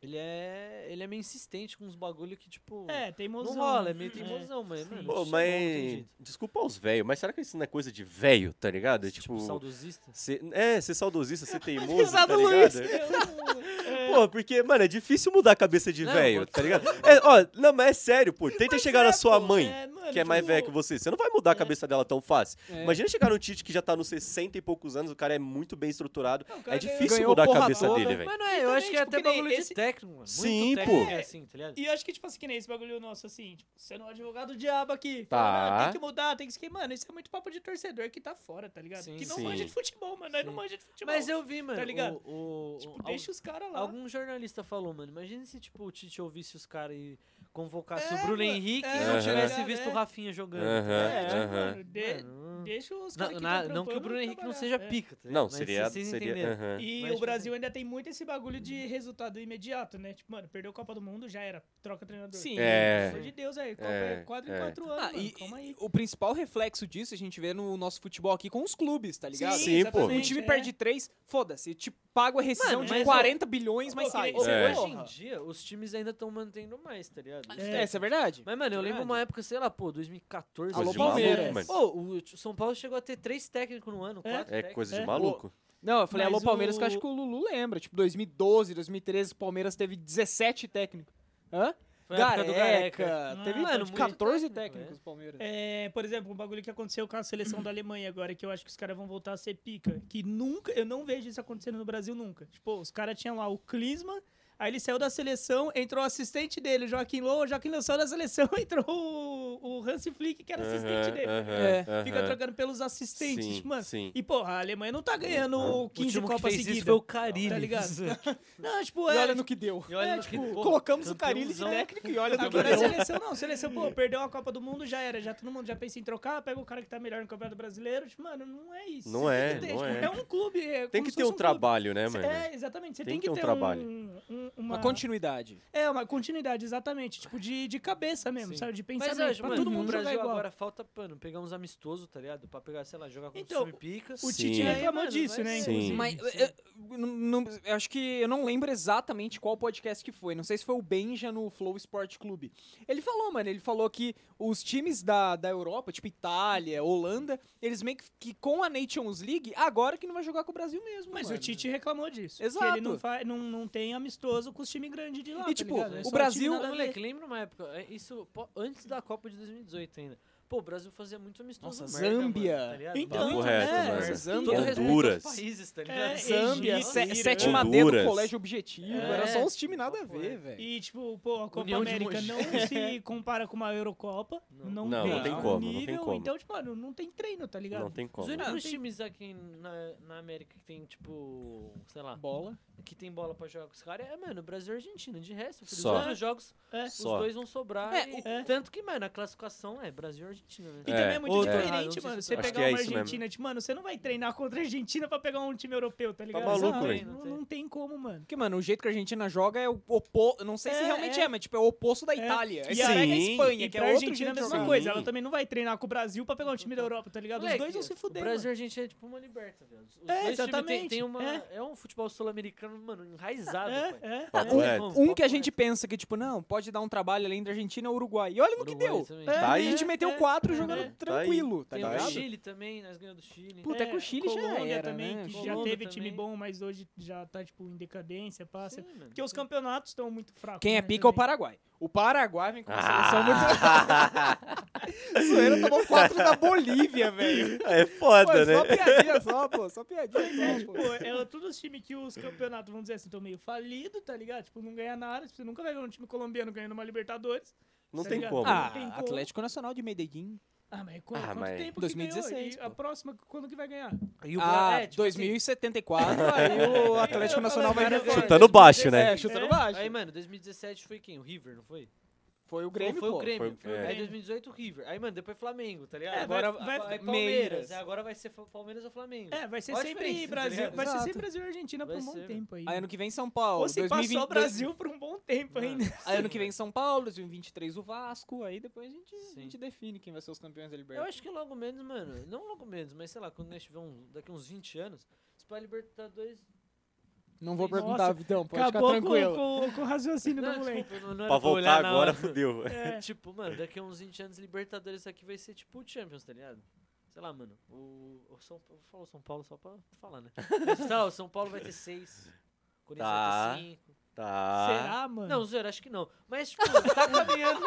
[SPEAKER 4] Ele é. Ele é meio insistente com uns bagulho que, tipo.
[SPEAKER 1] É, teimosão.
[SPEAKER 4] não rola, é
[SPEAKER 1] (laughs)
[SPEAKER 4] meio
[SPEAKER 1] É.
[SPEAKER 4] teimosão, mas, mano.
[SPEAKER 2] Pô,
[SPEAKER 4] isso é bom, não tem
[SPEAKER 2] mas.
[SPEAKER 4] jeito.
[SPEAKER 2] Desculpa aos velhos, mas será que isso não é coisa de velho, tá ligado? É
[SPEAKER 4] Tipo,
[SPEAKER 2] Tipo.
[SPEAKER 4] saudosista.
[SPEAKER 2] ser- é, ser saudosista, ser teimoso, tá
[SPEAKER 3] Exato,
[SPEAKER 2] ligado?
[SPEAKER 3] Luiz.
[SPEAKER 1] É.
[SPEAKER 2] Pô, porque, mano, é difícil mudar a cabeça de
[SPEAKER 4] Não,
[SPEAKER 2] velho,
[SPEAKER 4] pô,
[SPEAKER 2] tá ligado? É, ó, não, mas é sério, pô. Tenta chegar
[SPEAKER 1] É,
[SPEAKER 2] na sua mãe, que
[SPEAKER 1] tipo,
[SPEAKER 2] é mais velha que você. Você não vai mudar a cabeça dela tão fácil.
[SPEAKER 3] É.
[SPEAKER 2] Imagina chegar no Tite que já tá nos 60 e poucos anos, o cara é muito bem estruturado.
[SPEAKER 1] Não, o cara
[SPEAKER 2] É
[SPEAKER 1] ganhou-
[SPEAKER 2] difícil
[SPEAKER 3] ganhou
[SPEAKER 2] mudar a
[SPEAKER 3] porra
[SPEAKER 2] cabeça
[SPEAKER 3] toda.
[SPEAKER 2] dele, velho.
[SPEAKER 4] Mas não é, eu
[SPEAKER 1] também,
[SPEAKER 4] acho que é
[SPEAKER 1] tipo,
[SPEAKER 4] até
[SPEAKER 1] que nem
[SPEAKER 4] bagulho de
[SPEAKER 1] esse-
[SPEAKER 4] técnico, mano.
[SPEAKER 2] Sim,
[SPEAKER 4] Muito técnico
[SPEAKER 2] pô.
[SPEAKER 4] é assim, tá ligado?
[SPEAKER 1] E eu acho que, tipo assim, que nem esse bagulho nosso, assim, tipo, você não é advogado do diabo aqui.
[SPEAKER 2] Tá.
[SPEAKER 1] Fala, "Não, tem que mudar, tem que esquecer. Mano, isso é muito papo de torcedor que tá fora, tá ligado?
[SPEAKER 4] Sim.
[SPEAKER 1] que não
[SPEAKER 2] Sim.
[SPEAKER 1] manja de futebol, mano. Nós não
[SPEAKER 4] Sim.
[SPEAKER 1] manja de futebol.
[SPEAKER 4] Mas eu vi, mano.
[SPEAKER 1] ligado?
[SPEAKER 4] O, o-
[SPEAKER 1] Tipo,
[SPEAKER 4] al-
[SPEAKER 1] deixa os caras lá.
[SPEAKER 4] Algum jornalista falou, mano. Imagina se, tipo, o Tite ouvisse os caras e convocasse
[SPEAKER 1] É,
[SPEAKER 4] o Bruno
[SPEAKER 1] mano,
[SPEAKER 4] Henrique
[SPEAKER 1] é,
[SPEAKER 4] e não
[SPEAKER 2] tá
[SPEAKER 4] tivesse
[SPEAKER 1] ligado,
[SPEAKER 3] né?
[SPEAKER 4] visto
[SPEAKER 1] é.
[SPEAKER 4] o Rafinha jogando.
[SPEAKER 2] Aham,
[SPEAKER 1] É, tipo,
[SPEAKER 2] aham.
[SPEAKER 1] mano, de-
[SPEAKER 4] Mano,
[SPEAKER 1] deixa os
[SPEAKER 4] não,
[SPEAKER 1] caras que
[SPEAKER 4] na-
[SPEAKER 3] tá
[SPEAKER 1] tão
[SPEAKER 4] não que o
[SPEAKER 1] trampando
[SPEAKER 4] Bruno Henrique não
[SPEAKER 1] trabalhar.
[SPEAKER 4] seja
[SPEAKER 1] É.
[SPEAKER 4] pica, tá
[SPEAKER 2] Não,
[SPEAKER 4] ligado? Mas
[SPEAKER 2] seria.
[SPEAKER 4] vocês
[SPEAKER 2] seria é.
[SPEAKER 4] entenderam.
[SPEAKER 2] aham.
[SPEAKER 1] E
[SPEAKER 4] Mas,
[SPEAKER 1] o
[SPEAKER 4] tipo
[SPEAKER 1] Brasil ainda tem muito esse bagulho de resultado imediato, né? Tipo, mano, perdeu a Copa do Mundo, já era. Troca treinador.
[SPEAKER 3] Sim.
[SPEAKER 2] É.
[SPEAKER 1] Pelo amor de Deus, aí. Copa
[SPEAKER 2] É,
[SPEAKER 1] é 4
[SPEAKER 2] é.
[SPEAKER 1] em 4 anos,
[SPEAKER 3] Ah,
[SPEAKER 1] mano.
[SPEAKER 3] e-
[SPEAKER 1] Calma
[SPEAKER 4] tá
[SPEAKER 1] aí.
[SPEAKER 3] O principal reflexo disso a gente vê no nosso futebol aqui com os clubes, tá ligado?
[SPEAKER 2] Sim, pô.
[SPEAKER 3] O
[SPEAKER 1] exatamente,
[SPEAKER 3] time
[SPEAKER 1] é.
[SPEAKER 3] perde três, foda-se, te pago a rescisão
[SPEAKER 4] Mano,
[SPEAKER 3] de
[SPEAKER 4] mas,
[SPEAKER 3] 40 bilhões,
[SPEAKER 1] ô,
[SPEAKER 3] mas
[SPEAKER 1] ô,
[SPEAKER 3] sai.
[SPEAKER 1] que nem-
[SPEAKER 2] É.
[SPEAKER 4] Hoje
[SPEAKER 3] Porra.
[SPEAKER 4] em dia, os times ainda estão mantendo mais, tá ligado? Isso
[SPEAKER 3] É, isso é verdade.
[SPEAKER 4] Mas, mano, eu lembro
[SPEAKER 3] Verdade.
[SPEAKER 4] uma época, sei lá, pô, 2014.
[SPEAKER 3] Alô,
[SPEAKER 4] assim,
[SPEAKER 3] Palmeiras.
[SPEAKER 2] mano.
[SPEAKER 4] Pô, o o São Paulo chegou a ter três técnicos no ano,
[SPEAKER 1] É.
[SPEAKER 4] quatro
[SPEAKER 2] É
[SPEAKER 4] técnicos.
[SPEAKER 2] coisa
[SPEAKER 1] É.
[SPEAKER 2] de maluco.
[SPEAKER 3] Não, eu falei,
[SPEAKER 1] Mas
[SPEAKER 3] alô Palmeiras, que eu acho
[SPEAKER 1] o-
[SPEAKER 3] que o Lulu lembra. Tipo, 2012, 2013, o Palmeiras teve 17 técnicos. Hã?
[SPEAKER 4] Foi a época do Gareca.
[SPEAKER 3] é, Teve
[SPEAKER 1] Ah,
[SPEAKER 3] mano,
[SPEAKER 4] muito
[SPEAKER 3] 14
[SPEAKER 4] técnico,
[SPEAKER 3] técnicos
[SPEAKER 4] velho.
[SPEAKER 3] o Palmeiras.
[SPEAKER 1] É, por exemplo, um bagulho que aconteceu com a seleção da Alemanha agora, que eu acho que os caras vão voltar a ser pica. Que nunca, eu não vejo isso acontecendo no Brasil nunca. Tipo, os caras tinham lá o Klinsmann, aí ele saiu da seleção, entrou o assistente dele, o Joaquim Low, o Joaquim Low saiu da seleção, (laughs) entrou o, o Hans Flick, que era assistente
[SPEAKER 2] Aham,
[SPEAKER 1] dele.
[SPEAKER 2] aham,
[SPEAKER 3] É.
[SPEAKER 1] Fica
[SPEAKER 2] aham.
[SPEAKER 1] trocando pelos assistentes,
[SPEAKER 2] Sim,
[SPEAKER 1] mano.
[SPEAKER 2] sim.
[SPEAKER 1] E, porra, a Alemanha não tá ganhando
[SPEAKER 4] O
[SPEAKER 1] 15
[SPEAKER 4] time que
[SPEAKER 1] Copas
[SPEAKER 4] fez isso foi
[SPEAKER 1] seguidas.
[SPEAKER 4] o Carilli.
[SPEAKER 1] Tá
[SPEAKER 4] (laughs)
[SPEAKER 1] ligado? Não, tipo,
[SPEAKER 3] E
[SPEAKER 1] é,
[SPEAKER 3] olha no que deu.
[SPEAKER 4] E olha
[SPEAKER 1] É,
[SPEAKER 4] no
[SPEAKER 1] tipo,
[SPEAKER 4] que- pô,
[SPEAKER 3] Colocamos o Carilli de
[SPEAKER 4] campeãozão. é
[SPEAKER 3] técnico e
[SPEAKER 2] Ah,
[SPEAKER 3] olha no que é
[SPEAKER 1] Agora a
[SPEAKER 3] deu.
[SPEAKER 1] seleção não, a seleção, pô, perdeu a Copa do Mundo, já era, já todo mundo já pensa em trocar, pega o cara que tá melhor no Campeonato Brasileiro, tipo, mano, não é isso.
[SPEAKER 2] Não
[SPEAKER 1] Você
[SPEAKER 2] é,
[SPEAKER 1] tem que ter,
[SPEAKER 2] não
[SPEAKER 1] tipo,
[SPEAKER 2] é.
[SPEAKER 1] é um clube, é
[SPEAKER 2] Tem
[SPEAKER 1] como
[SPEAKER 2] que
[SPEAKER 1] se fosse
[SPEAKER 2] ter um
[SPEAKER 1] clube.
[SPEAKER 2] trabalho, né,
[SPEAKER 1] Cê-
[SPEAKER 2] mano?
[SPEAKER 1] É, exatamente, você tem, que, ter um
[SPEAKER 2] trabalho.
[SPEAKER 1] um- uma,
[SPEAKER 3] Uma continuidade.
[SPEAKER 1] É, uma continuidade, exatamente, tipo, de, de cabeça mesmo,
[SPEAKER 4] Sim.
[SPEAKER 1] sabe, de
[SPEAKER 4] Mas
[SPEAKER 1] pensamento,
[SPEAKER 4] eu acho,
[SPEAKER 1] pra
[SPEAKER 4] mano,
[SPEAKER 1] todo mundo
[SPEAKER 4] no Brasil
[SPEAKER 1] jogar igual.
[SPEAKER 4] agora falta, mano, pegar uns amistosos, tá ligado? Pra pegar, sei lá, jogar com
[SPEAKER 1] Então,
[SPEAKER 4] o time pica.
[SPEAKER 1] O
[SPEAKER 2] Sim.
[SPEAKER 1] Tite
[SPEAKER 2] É,
[SPEAKER 1] reclamou
[SPEAKER 4] mano,
[SPEAKER 1] disso,
[SPEAKER 4] vai
[SPEAKER 1] né,
[SPEAKER 4] ser.
[SPEAKER 1] inclusive.
[SPEAKER 2] Sim.
[SPEAKER 3] Mas eu, eu- eu não- não- eu acho que eu não lembro exatamente qual podcast que foi. Não sei se foi o Benja no Flow Sport Clube. Ele falou, mano, ele falou que os times da, da Europa, tipo Itália, Holanda, eles meio que, que com a Nations League, agora que não vai jogar com o Brasil mesmo.
[SPEAKER 1] Mas
[SPEAKER 3] mano.
[SPEAKER 1] o Tite reclamou disso. Que
[SPEAKER 3] Exato.
[SPEAKER 1] ele não, faz, não, não tem amistoso com os times grandes de lá.
[SPEAKER 3] E,
[SPEAKER 1] tá
[SPEAKER 3] tipo,
[SPEAKER 1] ligado? É
[SPEAKER 3] o
[SPEAKER 1] só time
[SPEAKER 3] Brasil-
[SPEAKER 1] nada a
[SPEAKER 4] Não, um
[SPEAKER 1] ver.
[SPEAKER 4] moleque, lembra uma época, é, isso pô, antes da Copa de 2018 ainda. Pô, o Brasil fazia muito amistoso.
[SPEAKER 3] Nossa,
[SPEAKER 4] merda,
[SPEAKER 3] Zâmbia.
[SPEAKER 4] Mano, tá ligado?
[SPEAKER 1] Então,
[SPEAKER 2] Papo
[SPEAKER 1] é,
[SPEAKER 2] reto, mano.
[SPEAKER 1] é,
[SPEAKER 4] Todo
[SPEAKER 3] Zâmbia.
[SPEAKER 4] respeito aos
[SPEAKER 2] Honduras.
[SPEAKER 4] países, tá ligado?
[SPEAKER 1] É,
[SPEAKER 3] Zambia,
[SPEAKER 1] Egito,
[SPEAKER 3] Sé-
[SPEAKER 1] Ira.
[SPEAKER 3] Sete Madeira do
[SPEAKER 2] Honduras.
[SPEAKER 3] Colégio Objetivo.
[SPEAKER 1] É.
[SPEAKER 3] Era só uns times nada a
[SPEAKER 4] Papo
[SPEAKER 3] ver,
[SPEAKER 4] reto.
[SPEAKER 3] velho.
[SPEAKER 1] E, tipo, pô, a Copa
[SPEAKER 4] União de
[SPEAKER 1] América
[SPEAKER 4] Mogi.
[SPEAKER 1] não se compara com uma Eurocopa.
[SPEAKER 4] Não.
[SPEAKER 1] Não,
[SPEAKER 2] Não,
[SPEAKER 1] tem,
[SPEAKER 3] não tem
[SPEAKER 2] como, não tem
[SPEAKER 1] nível,
[SPEAKER 2] como.
[SPEAKER 1] Então, tipo, mano, não tem treino, tá ligado?
[SPEAKER 2] Não tem
[SPEAKER 4] Os
[SPEAKER 2] como.
[SPEAKER 4] únicos
[SPEAKER 1] Não, tem-
[SPEAKER 4] times aqui na, na América que tem, tipo, sei lá,
[SPEAKER 3] Bola.
[SPEAKER 4] que tem bola pra jogar com os caras é, mano, Brasil e Argentina. De resto, filho, os
[SPEAKER 2] Só.
[SPEAKER 4] outros jogos,
[SPEAKER 1] É.
[SPEAKER 4] os
[SPEAKER 2] Só.
[SPEAKER 4] dois vão sobrar.
[SPEAKER 3] É,
[SPEAKER 4] e-
[SPEAKER 1] o- é.
[SPEAKER 4] Tanto que, mano, a classificação é Brasil e Argentina, né?
[SPEAKER 1] E
[SPEAKER 2] É.
[SPEAKER 1] também é muito
[SPEAKER 4] Outra- Ah, não
[SPEAKER 1] diferente,
[SPEAKER 4] sei
[SPEAKER 1] mano.
[SPEAKER 4] se
[SPEAKER 1] Você
[SPEAKER 4] eu tô-
[SPEAKER 2] Acho
[SPEAKER 1] pegar
[SPEAKER 2] que é
[SPEAKER 1] uma
[SPEAKER 2] isso mesmo.
[SPEAKER 1] Argentina, tipo, mano, você não vai treinar contra a Argentina pra pegar um time europeu, tá ligado?
[SPEAKER 2] maluco,
[SPEAKER 1] não,
[SPEAKER 2] velho.
[SPEAKER 1] não, não tem como, mano.
[SPEAKER 3] Porque, mano, o jeito que a Argentina joga é o oposto. Não sei se
[SPEAKER 1] É,
[SPEAKER 3] realmente é.
[SPEAKER 1] é.
[SPEAKER 3] mas tipo, é o oposto da
[SPEAKER 1] É.
[SPEAKER 3] Itália. Aí
[SPEAKER 1] E
[SPEAKER 3] você
[SPEAKER 1] a-
[SPEAKER 3] pega a
[SPEAKER 2] Sim.
[SPEAKER 3] Espanha,
[SPEAKER 1] E
[SPEAKER 3] que
[SPEAKER 1] pra
[SPEAKER 3] é outro
[SPEAKER 1] Argentina é a
[SPEAKER 3] jeito de
[SPEAKER 1] mesma
[SPEAKER 3] jogar.
[SPEAKER 1] coisa.
[SPEAKER 2] Sim.
[SPEAKER 1] Ela também não vai treinar com o Brasil pra pegar um time da Europa, tá ligado? Os
[SPEAKER 4] Moleque,
[SPEAKER 1] dois vão se fuder,
[SPEAKER 4] O Brasil e
[SPEAKER 1] mano.
[SPEAKER 4] a Argentina é tipo uma liberta, velho. Os
[SPEAKER 1] É,
[SPEAKER 4] dois times
[SPEAKER 1] exatamente,
[SPEAKER 4] Tem, tem uma,
[SPEAKER 1] é.
[SPEAKER 4] é. um futebol sul-americano, mano, enraizado, pai.
[SPEAKER 1] É, é.
[SPEAKER 2] Papo
[SPEAKER 4] Não tem
[SPEAKER 2] reto.
[SPEAKER 4] como,
[SPEAKER 3] Um
[SPEAKER 4] papo
[SPEAKER 3] que a gente
[SPEAKER 4] reto.
[SPEAKER 3] pensa que, tipo, não, pode dar um trabalho além da Argentina é o Uruguai. E olha no que
[SPEAKER 4] Uruguai
[SPEAKER 3] deu.
[SPEAKER 4] também.
[SPEAKER 1] É,
[SPEAKER 2] Tá
[SPEAKER 3] A
[SPEAKER 2] aí.
[SPEAKER 3] gente meteu
[SPEAKER 1] é.
[SPEAKER 3] 4 quatro jogando
[SPEAKER 1] É.
[SPEAKER 3] tranquilo, tá
[SPEAKER 4] Tem o
[SPEAKER 2] ligado?
[SPEAKER 4] Chile também, nós ganhamos do Chile.
[SPEAKER 3] Puta, é com o Chile já
[SPEAKER 1] Colômbia
[SPEAKER 3] era,
[SPEAKER 1] também,
[SPEAKER 3] né?
[SPEAKER 1] que já
[SPEAKER 4] Colômbia
[SPEAKER 1] teve time
[SPEAKER 4] também.
[SPEAKER 1] bom, mas hoje já tá, tipo, em decadência, passa.
[SPEAKER 4] Sim, mano.
[SPEAKER 1] Porque os campeonatos estão muito fracos.
[SPEAKER 3] Quem é
[SPEAKER 1] né,
[SPEAKER 3] pica é o
[SPEAKER 1] também.
[SPEAKER 3] Paraguai. O Paraguai vem com uma
[SPEAKER 2] Ah.
[SPEAKER 3] seleção
[SPEAKER 2] (laughs)
[SPEAKER 3] muito. (laughs) Zoeira tomou quatro da Bolívia,
[SPEAKER 2] (laughs)
[SPEAKER 3] velho.
[SPEAKER 2] É
[SPEAKER 3] Pô,
[SPEAKER 2] foda,
[SPEAKER 3] é
[SPEAKER 2] né?
[SPEAKER 3] só piadinha só, pô. Só piadinha
[SPEAKER 1] (laughs)
[SPEAKER 3] só, pô.
[SPEAKER 1] Pô, é todos os times que os campeonatos, vamos dizer assim, estão meio falidos, tá ligado? Tipo, não ganha nada. Você nunca vai ver um time colombiano ganhando uma Libertadores.
[SPEAKER 2] Não
[SPEAKER 1] tá
[SPEAKER 2] tem
[SPEAKER 1] ligado?
[SPEAKER 2] como.
[SPEAKER 1] Ah,
[SPEAKER 3] Ah, Atlético Nacional de Medellín.
[SPEAKER 1] Ah, mas qu-
[SPEAKER 2] Ah,
[SPEAKER 1] quanto,
[SPEAKER 2] mas-
[SPEAKER 1] tempo
[SPEAKER 3] 2016,
[SPEAKER 1] que ganhou? E
[SPEAKER 3] pô.
[SPEAKER 1] a próxima, quando que vai ganhar?
[SPEAKER 4] E o
[SPEAKER 3] Ah,
[SPEAKER 4] é, tipo assim,
[SPEAKER 3] 2074, aí o Atlético
[SPEAKER 1] Eu
[SPEAKER 3] Nacional vai
[SPEAKER 1] falei, cara,
[SPEAKER 3] reforçar.
[SPEAKER 2] Chutando baixo, né?
[SPEAKER 3] É, chutando
[SPEAKER 1] É.
[SPEAKER 3] baixo.
[SPEAKER 4] Aí, mano, 2017 foi quem? O River, não foi?
[SPEAKER 3] Foi o
[SPEAKER 4] Grêmio,
[SPEAKER 3] Grêmio,
[SPEAKER 4] foi
[SPEAKER 3] pô.
[SPEAKER 4] o Grêmio.
[SPEAKER 2] Foi- é.
[SPEAKER 4] Aí 2018 o River. Aí, mano, depois Flamengo, tá ligado?
[SPEAKER 1] É, vai-
[SPEAKER 4] agora
[SPEAKER 1] vai-
[SPEAKER 4] aí Palmeiras. É,
[SPEAKER 3] Palmeiras.
[SPEAKER 4] Agora vai ser fa- Palmeiras ou Flamengo.
[SPEAKER 1] É, vai ser
[SPEAKER 4] Olha a
[SPEAKER 1] sempre
[SPEAKER 4] diferença, tá
[SPEAKER 1] Brasil,
[SPEAKER 4] ligado?
[SPEAKER 1] vai ser
[SPEAKER 3] Exato.
[SPEAKER 1] sempre Brasil e Argentina por
[SPEAKER 4] Vai
[SPEAKER 1] um bom
[SPEAKER 4] ser,
[SPEAKER 1] tempo aí.
[SPEAKER 3] Aí ano que vem São Paulo.
[SPEAKER 1] Ou se
[SPEAKER 3] 2020,
[SPEAKER 1] passou o
[SPEAKER 4] é.
[SPEAKER 1] Brasil por um bom tempo
[SPEAKER 4] Mano,
[SPEAKER 1] ainda.
[SPEAKER 3] Aí ano que
[SPEAKER 1] né?
[SPEAKER 3] vem São Paulo, 2023 o Vasco. Aí depois a gente, a
[SPEAKER 4] Sim.
[SPEAKER 3] gente define quem vai ser os campeões da
[SPEAKER 4] Eu
[SPEAKER 3] Libertadores.
[SPEAKER 4] acho que logo menos, mano. Não logo menos, mas sei lá, quando nós tiver um, daqui uns 20 anos, se pá, Libertadores.
[SPEAKER 3] Não vou
[SPEAKER 1] Nossa,
[SPEAKER 3] perguntar, Vitão. Pode
[SPEAKER 1] Acabou
[SPEAKER 3] ficar
[SPEAKER 1] com,
[SPEAKER 3] tranquilo.
[SPEAKER 1] com- com o raciocínio do
[SPEAKER 4] Não,
[SPEAKER 1] moleque.
[SPEAKER 4] desculpa, não, não era
[SPEAKER 2] Pra voltar
[SPEAKER 4] olhar na
[SPEAKER 2] agora,
[SPEAKER 4] hora.
[SPEAKER 2] fudeu.
[SPEAKER 1] (laughs) É.
[SPEAKER 4] Tipo, mano, daqui a uns 20 anos, Libertadores aqui vai ser tipo o Champions, tá ligado? Sei lá, mano. O, o São Paulo. Falou São Paulo só pra falar, né? Mas, tá, o São Paulo vai ter 6. Corinthians
[SPEAKER 2] Tá.
[SPEAKER 4] vai ter 5.
[SPEAKER 2] Tá.
[SPEAKER 1] Será, mano?
[SPEAKER 4] Ah. Não, zero, acho que não. Mas, tipo, tá caminhando.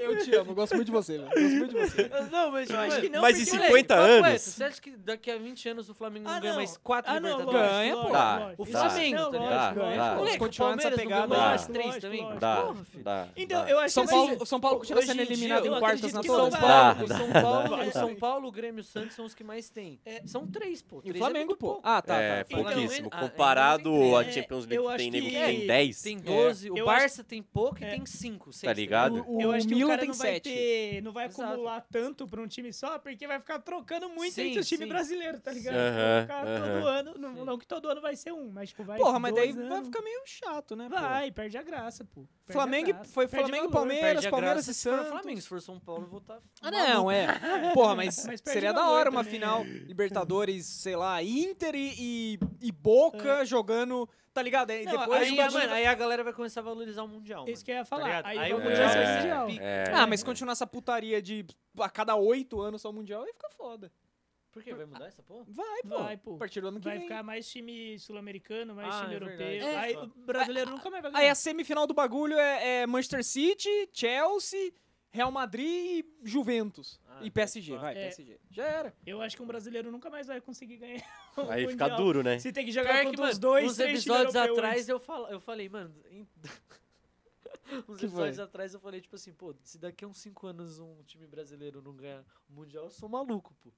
[SPEAKER 3] Eu te amo, eu gosto muito de você, velho. Gosto muito de você.
[SPEAKER 4] não, mas, tipo,
[SPEAKER 1] (laughs) Eu acho que
[SPEAKER 4] mano,
[SPEAKER 1] não,
[SPEAKER 2] Mas em
[SPEAKER 1] porque-
[SPEAKER 4] moleque,
[SPEAKER 2] 50
[SPEAKER 4] papo
[SPEAKER 2] anos?
[SPEAKER 4] reto, Você acha que daqui a 20 anos o Flamengo não
[SPEAKER 1] Ah,
[SPEAKER 4] ganha
[SPEAKER 1] não.
[SPEAKER 4] mais 4
[SPEAKER 1] Ah, não,
[SPEAKER 4] Libertadores?
[SPEAKER 3] Ganha,
[SPEAKER 1] lógico,
[SPEAKER 3] pô.
[SPEAKER 2] Dá,
[SPEAKER 1] lógico.
[SPEAKER 4] o
[SPEAKER 2] dá,
[SPEAKER 4] Flamengo,
[SPEAKER 1] Não,
[SPEAKER 4] tá
[SPEAKER 1] lógico,
[SPEAKER 4] ligado?
[SPEAKER 2] dá,
[SPEAKER 1] lógico.
[SPEAKER 2] dá.
[SPEAKER 4] Moleque, o
[SPEAKER 3] Continuar nessa
[SPEAKER 4] Palmeiras não ganhou
[SPEAKER 3] pegada.
[SPEAKER 4] mais
[SPEAKER 2] Dá.
[SPEAKER 4] 3
[SPEAKER 1] Lógico,
[SPEAKER 4] também, mano.
[SPEAKER 1] lógico.
[SPEAKER 2] Dá,
[SPEAKER 4] Porra, filho.
[SPEAKER 2] dá,
[SPEAKER 1] Então,
[SPEAKER 2] dá.
[SPEAKER 1] eu acho
[SPEAKER 3] São
[SPEAKER 1] que vai ser-
[SPEAKER 3] Paulo, São Paulo continua
[SPEAKER 4] Hoje
[SPEAKER 3] sendo
[SPEAKER 4] em dia,
[SPEAKER 3] eliminado
[SPEAKER 4] eu
[SPEAKER 3] em quartas
[SPEAKER 1] acredito
[SPEAKER 3] na
[SPEAKER 1] que
[SPEAKER 3] Copa.
[SPEAKER 4] São
[SPEAKER 1] vai.
[SPEAKER 4] Paulo,
[SPEAKER 2] Dá,
[SPEAKER 4] o
[SPEAKER 2] dá,
[SPEAKER 4] São
[SPEAKER 2] dá.
[SPEAKER 4] (laughs) Paulo,
[SPEAKER 1] Vai.
[SPEAKER 4] o São Paulo, o Grêmio e o Santos são os que mais tem.
[SPEAKER 1] É.
[SPEAKER 4] São três, pô.
[SPEAKER 3] E o
[SPEAKER 4] Três é
[SPEAKER 3] Flamengo,
[SPEAKER 4] muito
[SPEAKER 3] pô.
[SPEAKER 4] pouco.
[SPEAKER 3] Ah, tá,
[SPEAKER 2] é,
[SPEAKER 3] tá. tá.
[SPEAKER 1] Flamengo-
[SPEAKER 2] pouquíssimo.
[SPEAKER 4] Ah, ainda
[SPEAKER 2] Comparado
[SPEAKER 4] não tem
[SPEAKER 2] à
[SPEAKER 4] três.
[SPEAKER 2] Champions
[SPEAKER 1] É,
[SPEAKER 2] League,
[SPEAKER 1] eu
[SPEAKER 2] que tem
[SPEAKER 1] acho
[SPEAKER 2] nego que
[SPEAKER 1] que-
[SPEAKER 2] tem 10.
[SPEAKER 4] Tem
[SPEAKER 3] É.
[SPEAKER 4] 12,
[SPEAKER 1] Eu
[SPEAKER 4] o Barça tem pouco
[SPEAKER 1] É.
[SPEAKER 4] e tem 5, 6.
[SPEAKER 2] Tá ligado?
[SPEAKER 3] O, o
[SPEAKER 1] eu acho que o
[SPEAKER 3] Milan
[SPEAKER 1] cara
[SPEAKER 3] tem
[SPEAKER 1] não vai
[SPEAKER 3] sete.
[SPEAKER 1] ter, não vai
[SPEAKER 4] Exato.
[SPEAKER 1] acumular tanto pra um time só, porque vai ficar trocando muito
[SPEAKER 4] Sim,
[SPEAKER 1] entre os times
[SPEAKER 4] sim.
[SPEAKER 1] brasileiros, tá ligado? vai
[SPEAKER 2] Aham,
[SPEAKER 1] ficar
[SPEAKER 2] aham.
[SPEAKER 1] todo ano, não,
[SPEAKER 4] Sim.
[SPEAKER 1] não que todo ano vai ser um, mas tipo vai
[SPEAKER 3] Porra, mas daí
[SPEAKER 1] dois
[SPEAKER 3] vai
[SPEAKER 1] anos.
[SPEAKER 3] ficar meio chato, né? pô?
[SPEAKER 1] vai, perde a graça, pô. Perde
[SPEAKER 3] Flamengo,
[SPEAKER 1] a graça.
[SPEAKER 3] foi
[SPEAKER 1] Perde
[SPEAKER 3] Flamengo,
[SPEAKER 1] valor.
[SPEAKER 3] Palmeiras,
[SPEAKER 4] Perde a
[SPEAKER 3] Palmeiras
[SPEAKER 4] graça
[SPEAKER 3] e
[SPEAKER 4] se for o
[SPEAKER 3] Santos.
[SPEAKER 4] Flamengo, se for São Paulo, eu vou tá estar...
[SPEAKER 3] Ah, não,
[SPEAKER 1] (laughs)
[SPEAKER 3] é. Porra, mas,
[SPEAKER 1] Mas perde né?
[SPEAKER 3] seria da
[SPEAKER 1] valor
[SPEAKER 3] hora uma
[SPEAKER 1] também,
[SPEAKER 3] final Libertadores, sei lá, Inter e, e, e Boca jogando, tá ligado? E
[SPEAKER 1] É. Não, é
[SPEAKER 3] depois
[SPEAKER 4] Aí,
[SPEAKER 3] o bagulho-
[SPEAKER 4] mano, aí a galera vai começar a valorizar o Mundial, mano.
[SPEAKER 1] Isso que eu ia
[SPEAKER 4] Tá
[SPEAKER 1] falar.
[SPEAKER 4] ligado?
[SPEAKER 1] aí
[SPEAKER 4] Aí
[SPEAKER 1] o
[SPEAKER 4] o
[SPEAKER 1] Mundial
[SPEAKER 4] Mundial
[SPEAKER 1] vai
[SPEAKER 2] É.
[SPEAKER 4] vai
[SPEAKER 1] ser
[SPEAKER 4] ser
[SPEAKER 1] mundial.
[SPEAKER 4] pica.
[SPEAKER 3] Ah, mas continuar essa putaria de a cada oito anos só mundial, aí fica foda.
[SPEAKER 4] Por quê? Vai mudar essa porra?
[SPEAKER 3] Vai, pô.
[SPEAKER 1] Vai, pô.
[SPEAKER 3] A partir do ano que
[SPEAKER 1] Vai
[SPEAKER 3] vem.
[SPEAKER 1] ficar mais time sul-americano, mais
[SPEAKER 4] Ah,
[SPEAKER 1] time
[SPEAKER 4] é
[SPEAKER 1] europeu.
[SPEAKER 4] verdade.
[SPEAKER 3] É.
[SPEAKER 1] Aí o brasileiro nunca mais vai ganhar.
[SPEAKER 3] Aí a semifinal do bagulho é, é Manchester City, Chelsea, Real Madrid e Juventus.
[SPEAKER 4] Ah,
[SPEAKER 3] e PSG,
[SPEAKER 4] pode
[SPEAKER 3] vai,
[SPEAKER 1] falar. É.
[SPEAKER 3] PSG. Já era.
[SPEAKER 1] Eu acho que um brasileiro nunca mais vai conseguir ganhar. o
[SPEAKER 2] Aí fica
[SPEAKER 1] Mundial.
[SPEAKER 2] duro, né?
[SPEAKER 1] Se tem que
[SPEAKER 4] Pior
[SPEAKER 1] jogar
[SPEAKER 4] que,
[SPEAKER 1] contra
[SPEAKER 4] mano,
[SPEAKER 1] os dois,
[SPEAKER 4] uns
[SPEAKER 1] três times
[SPEAKER 4] episódios
[SPEAKER 1] europeus.
[SPEAKER 4] atrás eu, fala, eu falei, mano. em- (laughs) uns
[SPEAKER 3] Que
[SPEAKER 4] episódios
[SPEAKER 3] foi?
[SPEAKER 4] atrás eu falei, tipo assim, pô, se daqui a uns 5 anos um time brasileiro não ganhar o Mundial, eu sou maluco, pô.